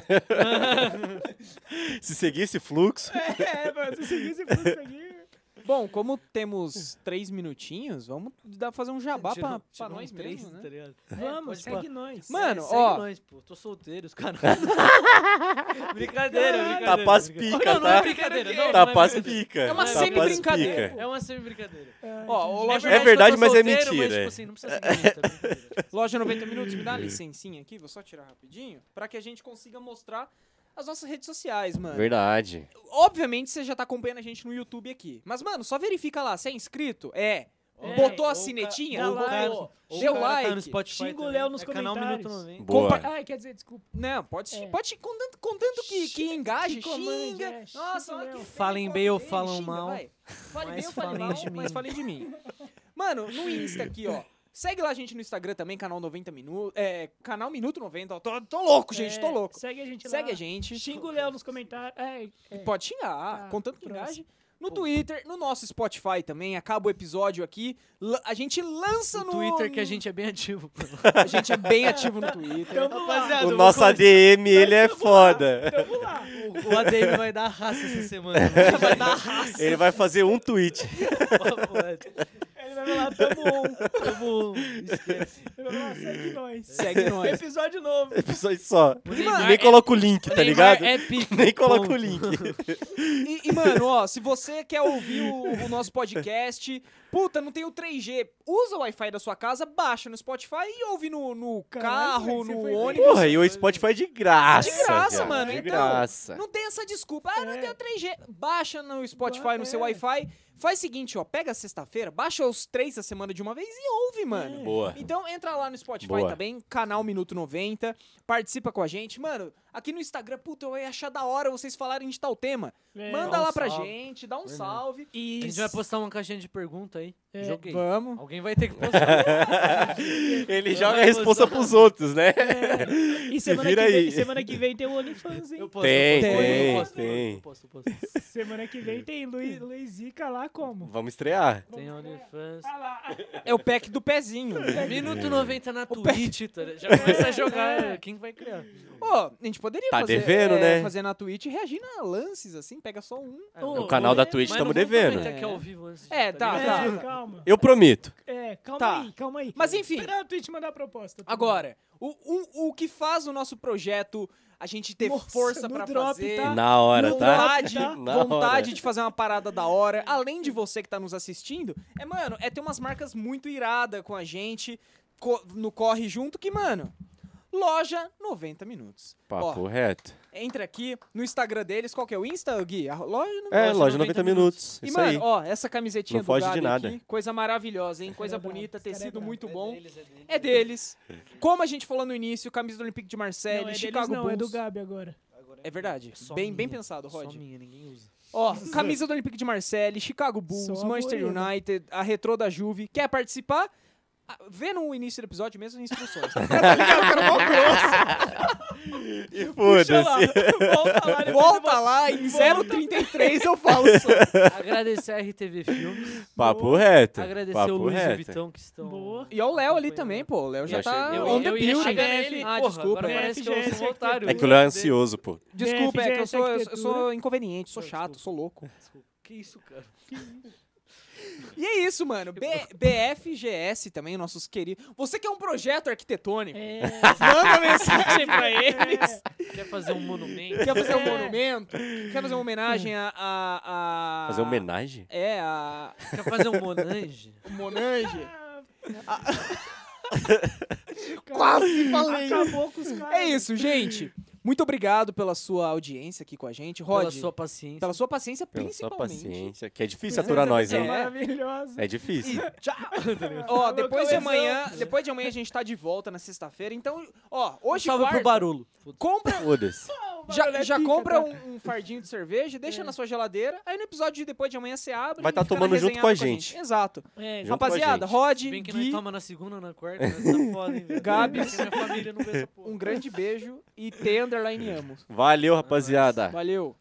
[SPEAKER 2] Se seguir esse fluxo.
[SPEAKER 3] é,
[SPEAKER 1] é, mano, se seguir esse fluxo aqui...
[SPEAKER 3] Bom, como temos três minutinhos, vamos dar fazer um jabá
[SPEAKER 4] Tirou-
[SPEAKER 3] pra, pra
[SPEAKER 4] tirou
[SPEAKER 3] nós
[SPEAKER 4] uns três,
[SPEAKER 3] mesmos,
[SPEAKER 4] tá
[SPEAKER 3] né?
[SPEAKER 4] ligado?
[SPEAKER 1] É, Vamos,
[SPEAKER 4] pode
[SPEAKER 1] segue nós.
[SPEAKER 3] Mano,
[SPEAKER 4] Segue- segue
[SPEAKER 3] ó.
[SPEAKER 4] nós, pô. Tô solteiro, os caras. (laughs) brincadeira, brincadeira.
[SPEAKER 2] Tapas
[SPEAKER 4] brincadeira.
[SPEAKER 2] pica,
[SPEAKER 4] não, não é
[SPEAKER 2] tá?
[SPEAKER 4] brincadeira, não, não é
[SPEAKER 2] Tapas
[SPEAKER 4] brincadeira.
[SPEAKER 2] pica.
[SPEAKER 3] É uma
[SPEAKER 2] tapas
[SPEAKER 3] semi-brincadeira.
[SPEAKER 2] pica.
[SPEAKER 4] É uma semi-brincadeira.
[SPEAKER 3] Ó, o loja,
[SPEAKER 2] É verdade,
[SPEAKER 4] que eu tô
[SPEAKER 2] mas é
[SPEAKER 4] solteiro,
[SPEAKER 2] mentira,
[SPEAKER 4] Mas,
[SPEAKER 2] é.
[SPEAKER 4] tipo assim, não precisa ser bonito, é (laughs) brincadeira.
[SPEAKER 3] loja 90 minutos, me
[SPEAKER 2] (laughs)
[SPEAKER 3] dá uma licencinha aqui, vou só tirar rapidinho, pra que a gente consiga mostrar as nossas redes sociais, mano.
[SPEAKER 2] Verdade.
[SPEAKER 3] Obviamente você já tá acompanhando a gente no YouTube aqui. Mas, mano, só verifica lá, você é inscrito? É.
[SPEAKER 1] É,
[SPEAKER 3] Botou
[SPEAKER 4] ou
[SPEAKER 3] a
[SPEAKER 4] o
[SPEAKER 3] sinetinha?
[SPEAKER 1] ca- dá
[SPEAKER 3] Botou.
[SPEAKER 1] like,
[SPEAKER 4] Ou o
[SPEAKER 3] Deu
[SPEAKER 4] cara
[SPEAKER 3] like.
[SPEAKER 4] Tá no Spotify
[SPEAKER 1] xinga o
[SPEAKER 4] também.
[SPEAKER 1] Léo nos
[SPEAKER 4] é canal
[SPEAKER 1] comentários.
[SPEAKER 4] Minuto 90.
[SPEAKER 2] Boa.
[SPEAKER 1] Ah, Ai, quer dizer, desculpa.
[SPEAKER 3] Não, Né, pode.
[SPEAKER 1] É.
[SPEAKER 3] pode contanto, contanto que, que
[SPEAKER 1] Xinga,
[SPEAKER 3] engaje,
[SPEAKER 1] que comande,
[SPEAKER 3] xinga.
[SPEAKER 1] é, xinga
[SPEAKER 3] Nossa, olha que
[SPEAKER 1] mesmo.
[SPEAKER 3] feio,
[SPEAKER 4] Falem
[SPEAKER 3] olha
[SPEAKER 4] bem ou
[SPEAKER 3] que feio,
[SPEAKER 4] falam
[SPEAKER 3] xinga,
[SPEAKER 4] mal,
[SPEAKER 3] vai. Falem
[SPEAKER 4] mas
[SPEAKER 3] bem ou falem
[SPEAKER 4] falem
[SPEAKER 3] mal,
[SPEAKER 4] de
[SPEAKER 3] mas
[SPEAKER 4] mim.
[SPEAKER 3] falem de mim. Mano, no Insta aqui, ó. Segue lá a gente no Instagram também, canal 90 minutos. É, canal Minuto 90. ó, Tô, tô louco, gente, tô
[SPEAKER 1] É,
[SPEAKER 3] louco.
[SPEAKER 1] Segue a gente lá.
[SPEAKER 3] Segue a gente.
[SPEAKER 1] Xinga o Léo nos comentários. Ai, é.
[SPEAKER 3] Pode xingar,
[SPEAKER 1] Tá,
[SPEAKER 3] contanto que
[SPEAKER 1] pronto.
[SPEAKER 3] engaje. No Twitter, no nosso Spotify também, acaba o episódio aqui. la- A gente lança
[SPEAKER 4] No
[SPEAKER 3] no (laughs)
[SPEAKER 4] Twitter que a gente é bem (laughs) ativo. pô.
[SPEAKER 3] A gente é bem ativo no Twitter.
[SPEAKER 1] Tamo lá.
[SPEAKER 4] Rapaziada,
[SPEAKER 2] O
[SPEAKER 4] eu vou
[SPEAKER 2] nosso
[SPEAKER 4] começar-
[SPEAKER 2] ADM, ele é foda.
[SPEAKER 1] (laughs) Tamo Então lá.
[SPEAKER 4] O, o ADM vai dar raça essa semana. né? mano. Vai dar (laughs) raça.
[SPEAKER 2] Ele vai fazer um tweet. (laughs)
[SPEAKER 4] papo reto.
[SPEAKER 1] Ele vai falar, tamo on.
[SPEAKER 4] Tamo- um. esquece.
[SPEAKER 1] Ele vai falar, segue nós.
[SPEAKER 3] Segue nós.
[SPEAKER 1] Episódio novo.
[SPEAKER 2] Episódio só.
[SPEAKER 4] O
[SPEAKER 3] Neymar
[SPEAKER 2] Nem coloca o link, tá ligado?
[SPEAKER 4] É
[SPEAKER 2] (laughs)
[SPEAKER 4] pique.
[SPEAKER 2] Nem coloca
[SPEAKER 4] ponto.
[SPEAKER 2] o link.
[SPEAKER 3] E, e, mano, ó, se você quer ouvir o, o nosso podcast, puta, não tem o 3G, usa o Wi-Fi da sua casa, baixa no Spotify e ouve no, no
[SPEAKER 1] Caralho,
[SPEAKER 3] carro,
[SPEAKER 1] velho, você
[SPEAKER 3] no
[SPEAKER 1] foi bem.
[SPEAKER 3] ônibus.
[SPEAKER 2] Porra, e o Spotify é de graça.
[SPEAKER 3] De graça,
[SPEAKER 2] viado,
[SPEAKER 3] mano,
[SPEAKER 2] De
[SPEAKER 3] então.
[SPEAKER 2] graça.
[SPEAKER 3] Não tem essa desculpa. Ah, não
[SPEAKER 1] É.
[SPEAKER 3] tem o 3G. Baixa no Spotify,
[SPEAKER 1] Ba-
[SPEAKER 3] no seu
[SPEAKER 1] é.
[SPEAKER 3] Wi-Fi. Faz o seguinte, ó. Pega a sexta-feira, baixa os três da semana de uma vez e ouve, mano.
[SPEAKER 2] Boa.
[SPEAKER 3] Então entra lá no Spotify
[SPEAKER 2] Boa.
[SPEAKER 3] também, canal Minuto 90, participa com a gente. Mano, aqui no Instagram, puta, eu ia achar da hora vocês falarem de tal tema.
[SPEAKER 1] É.
[SPEAKER 3] Manda
[SPEAKER 4] dá um
[SPEAKER 3] lá pra
[SPEAKER 4] salve.
[SPEAKER 3] gente, dá um
[SPEAKER 4] Verdade.
[SPEAKER 3] salve.
[SPEAKER 4] A
[SPEAKER 1] E
[SPEAKER 4] gente vai postar uma caixinha de pergunta aí.
[SPEAKER 1] É,
[SPEAKER 4] Joguei.
[SPEAKER 3] Vamos.
[SPEAKER 4] Alguém vai ter que postar.
[SPEAKER 2] (laughs) Ele
[SPEAKER 4] Eu
[SPEAKER 2] joga
[SPEAKER 4] vou
[SPEAKER 2] a responsa
[SPEAKER 4] usar.
[SPEAKER 2] pros outros, né?
[SPEAKER 1] E semana,
[SPEAKER 2] vira
[SPEAKER 1] que vem,
[SPEAKER 2] aí.
[SPEAKER 1] semana que vem tem o OnlyFans, hein?
[SPEAKER 4] Eu posto,
[SPEAKER 2] Tem,
[SPEAKER 4] eu posto,
[SPEAKER 3] tem,
[SPEAKER 4] eu posto,
[SPEAKER 2] tem.
[SPEAKER 4] Eu posto, eu posto. eu posto.
[SPEAKER 1] Semana que
[SPEAKER 3] É.
[SPEAKER 1] vem tem Luiz, Luizica lá como?
[SPEAKER 2] Vamos estrear.
[SPEAKER 4] Tem OnlyFans.
[SPEAKER 1] Ah lá.
[SPEAKER 3] É o pack do pezinho.
[SPEAKER 2] É.
[SPEAKER 4] Minuto 90 na Twitch, tá ligado? Já começa a jogar. Quem vai criar?
[SPEAKER 3] (laughs) Ô, a gente poderia
[SPEAKER 2] Tá
[SPEAKER 3] fazer,
[SPEAKER 2] devendo,
[SPEAKER 3] é,
[SPEAKER 2] né?
[SPEAKER 3] fazer na Twitch e reagir a lances, assim, pega só um.
[SPEAKER 1] Ô,
[SPEAKER 2] O canal da
[SPEAKER 1] é,
[SPEAKER 2] Twitch
[SPEAKER 4] Mas
[SPEAKER 2] estamos
[SPEAKER 4] não vamos
[SPEAKER 2] devendo.
[SPEAKER 4] aproveitar que é
[SPEAKER 3] É.
[SPEAKER 4] ao vivo antes,
[SPEAKER 3] É, tá,
[SPEAKER 4] ligado?
[SPEAKER 1] É,
[SPEAKER 3] tá.
[SPEAKER 1] calma.
[SPEAKER 2] Eu prometo.
[SPEAKER 1] É, calma
[SPEAKER 3] Tá.
[SPEAKER 1] aí, calma aí.
[SPEAKER 3] Mas enfim.
[SPEAKER 1] Esperar a Twitch mandar a proposta. tá
[SPEAKER 3] Agora, o, o, o que faz o nosso projeto a gente ter
[SPEAKER 1] Nossa,
[SPEAKER 3] força
[SPEAKER 1] no
[SPEAKER 3] pra
[SPEAKER 1] drop,
[SPEAKER 3] fazer?
[SPEAKER 1] tá?
[SPEAKER 2] Na hora, tá?
[SPEAKER 3] Vontade,
[SPEAKER 2] Na
[SPEAKER 3] vontade
[SPEAKER 2] hora.
[SPEAKER 3] de fazer uma parada da hora, além de você que tá nos assistindo, é, mano, é ter umas marcas muito irada com a gente co- no corre junto que, mano, loja 90 minutos.
[SPEAKER 2] Papo
[SPEAKER 3] Ó,
[SPEAKER 2] reto.
[SPEAKER 3] entra aqui no Instagram deles, qual que é o Insta, Gui? A loja 90
[SPEAKER 2] É, loja 90 minutos.
[SPEAKER 3] E,
[SPEAKER 2] É Isso
[SPEAKER 3] mano,
[SPEAKER 2] aí. (laughs)
[SPEAKER 3] ó, essa camisetinha
[SPEAKER 2] Não
[SPEAKER 3] do
[SPEAKER 2] foge de
[SPEAKER 3] Gabi
[SPEAKER 2] nada.
[SPEAKER 3] aqui, coisa maravilhosa, hein? Coisa
[SPEAKER 1] é brabo,
[SPEAKER 3] bonita,
[SPEAKER 1] esse cara é
[SPEAKER 3] tecido
[SPEAKER 1] brabo.
[SPEAKER 3] muito bom.
[SPEAKER 4] É deles,
[SPEAKER 3] É deles. Como a gente falou no início, camisa do Olympique de Marseille,
[SPEAKER 1] Não, é
[SPEAKER 3] Chicago
[SPEAKER 1] deles não,
[SPEAKER 3] Bulls.
[SPEAKER 1] é do Gabi agora.
[SPEAKER 4] Agora
[SPEAKER 3] É verdade.
[SPEAKER 4] Só
[SPEAKER 3] bem, bem
[SPEAKER 4] minha.
[SPEAKER 3] pensado,
[SPEAKER 4] Só
[SPEAKER 3] tá. Rod.
[SPEAKER 4] minha, ninguém usa.
[SPEAKER 3] Ó, camisa do Olympique de Marseille, Chicago Bulls,
[SPEAKER 1] Só a
[SPEAKER 3] Manchester
[SPEAKER 1] boina.
[SPEAKER 3] United, a retrô da Juve. Quer participar? Ah, Vê no início do episódio mesmo as
[SPEAKER 2] (laughs)
[SPEAKER 3] instruções. tá ligado? Eu quero mó grosso.
[SPEAKER 2] E
[SPEAKER 1] Puxa lá,
[SPEAKER 2] (laughs) foda-se.
[SPEAKER 1] volta lá. depois eu
[SPEAKER 3] Volta lá em 033 eu falo isso.
[SPEAKER 4] Agradecer a RTV Filmes.
[SPEAKER 2] Papo reto.
[SPEAKER 4] Agradecer
[SPEAKER 2] Papo
[SPEAKER 4] o Luiz e o
[SPEAKER 2] reto.
[SPEAKER 4] Vitão que estão.
[SPEAKER 1] Boa.
[SPEAKER 3] E ó o Léo ali também, pô. O Léo já
[SPEAKER 2] Eu
[SPEAKER 3] tá
[SPEAKER 2] achei-
[SPEAKER 4] Eu,
[SPEAKER 3] on the
[SPEAKER 4] eu ia
[SPEAKER 3] build.
[SPEAKER 4] chegar
[SPEAKER 3] Ah,
[SPEAKER 4] nele. porra,
[SPEAKER 3] desculpa.
[SPEAKER 4] Agora parece que eu sou um
[SPEAKER 1] FGS
[SPEAKER 4] otário.
[SPEAKER 2] É que o Léo é ansioso, pô.
[SPEAKER 3] Desculpa, é que eu
[SPEAKER 1] BFGS
[SPEAKER 3] sou, eu sou- eu sou
[SPEAKER 1] Arquitetura.
[SPEAKER 3] inconveniente, sou
[SPEAKER 4] Não,
[SPEAKER 3] chato,
[SPEAKER 4] desculpa.
[SPEAKER 3] sou louco.
[SPEAKER 4] Desculpa. Que isso, cara?
[SPEAKER 3] E é isso, mano. B- BFGS também, nossos queridos. Você que é um projeto arquitetônico,
[SPEAKER 1] É,
[SPEAKER 3] (laughs) manda mensagem pra eles.
[SPEAKER 4] Quer fazer um monumento?
[SPEAKER 3] Quer fazer um
[SPEAKER 1] É.
[SPEAKER 3] monumento? Quer fazer uma homenagem a. a, a-
[SPEAKER 2] Fazer um homenagem?
[SPEAKER 3] É, a.
[SPEAKER 4] Quer fazer um Monange?
[SPEAKER 3] o Monange.
[SPEAKER 1] cara,
[SPEAKER 3] Quase falei.
[SPEAKER 1] Acabou é, com os caras.
[SPEAKER 3] É isso, gente. Muito obrigado pela sua audiência aqui com a gente. Rod,
[SPEAKER 4] (laughs) Pela sua paciência.
[SPEAKER 3] pela sua paciência,
[SPEAKER 2] Pela sua
[SPEAKER 3] principalmente.
[SPEAKER 2] paciência. Que é difícil aturar nós,
[SPEAKER 1] É
[SPEAKER 2] hein?
[SPEAKER 1] maravilhosa.
[SPEAKER 2] É difícil.
[SPEAKER 3] Ó,
[SPEAKER 4] Ah,
[SPEAKER 1] Alô,
[SPEAKER 3] depois de
[SPEAKER 1] Cauêzão.
[SPEAKER 3] amanhã, depois de amanhã a gente tá de volta na sexta-feira. Então, ó,
[SPEAKER 4] Um
[SPEAKER 3] hoje
[SPEAKER 4] salve
[SPEAKER 3] quarta,
[SPEAKER 4] pro Barulho.
[SPEAKER 3] compra
[SPEAKER 2] Foda-se.
[SPEAKER 3] Já, já
[SPEAKER 1] pica, tá?
[SPEAKER 3] compra um, um fardinho de cerveja,
[SPEAKER 4] É.
[SPEAKER 3] deixa na sua geladeira, aí no episódio de depois de amanhã você abre.
[SPEAKER 2] Vai
[SPEAKER 3] e
[SPEAKER 2] tá
[SPEAKER 3] fica
[SPEAKER 2] tomando junto
[SPEAKER 3] resenhado
[SPEAKER 2] com a gente.
[SPEAKER 3] Exato.
[SPEAKER 1] É,
[SPEAKER 2] Junto com a
[SPEAKER 3] Rapaziada,
[SPEAKER 2] gente.
[SPEAKER 3] Rod,
[SPEAKER 4] Se bem que nós
[SPEAKER 3] Gui,
[SPEAKER 4] toma na segunda, na quarta, mas tá foda, hein, velho?
[SPEAKER 3] Gabi.
[SPEAKER 4] Porque minha família não vê essa porra.
[SPEAKER 3] um grande beijo e T underline amo.
[SPEAKER 2] Valeu, rapaziada.
[SPEAKER 3] Valeu.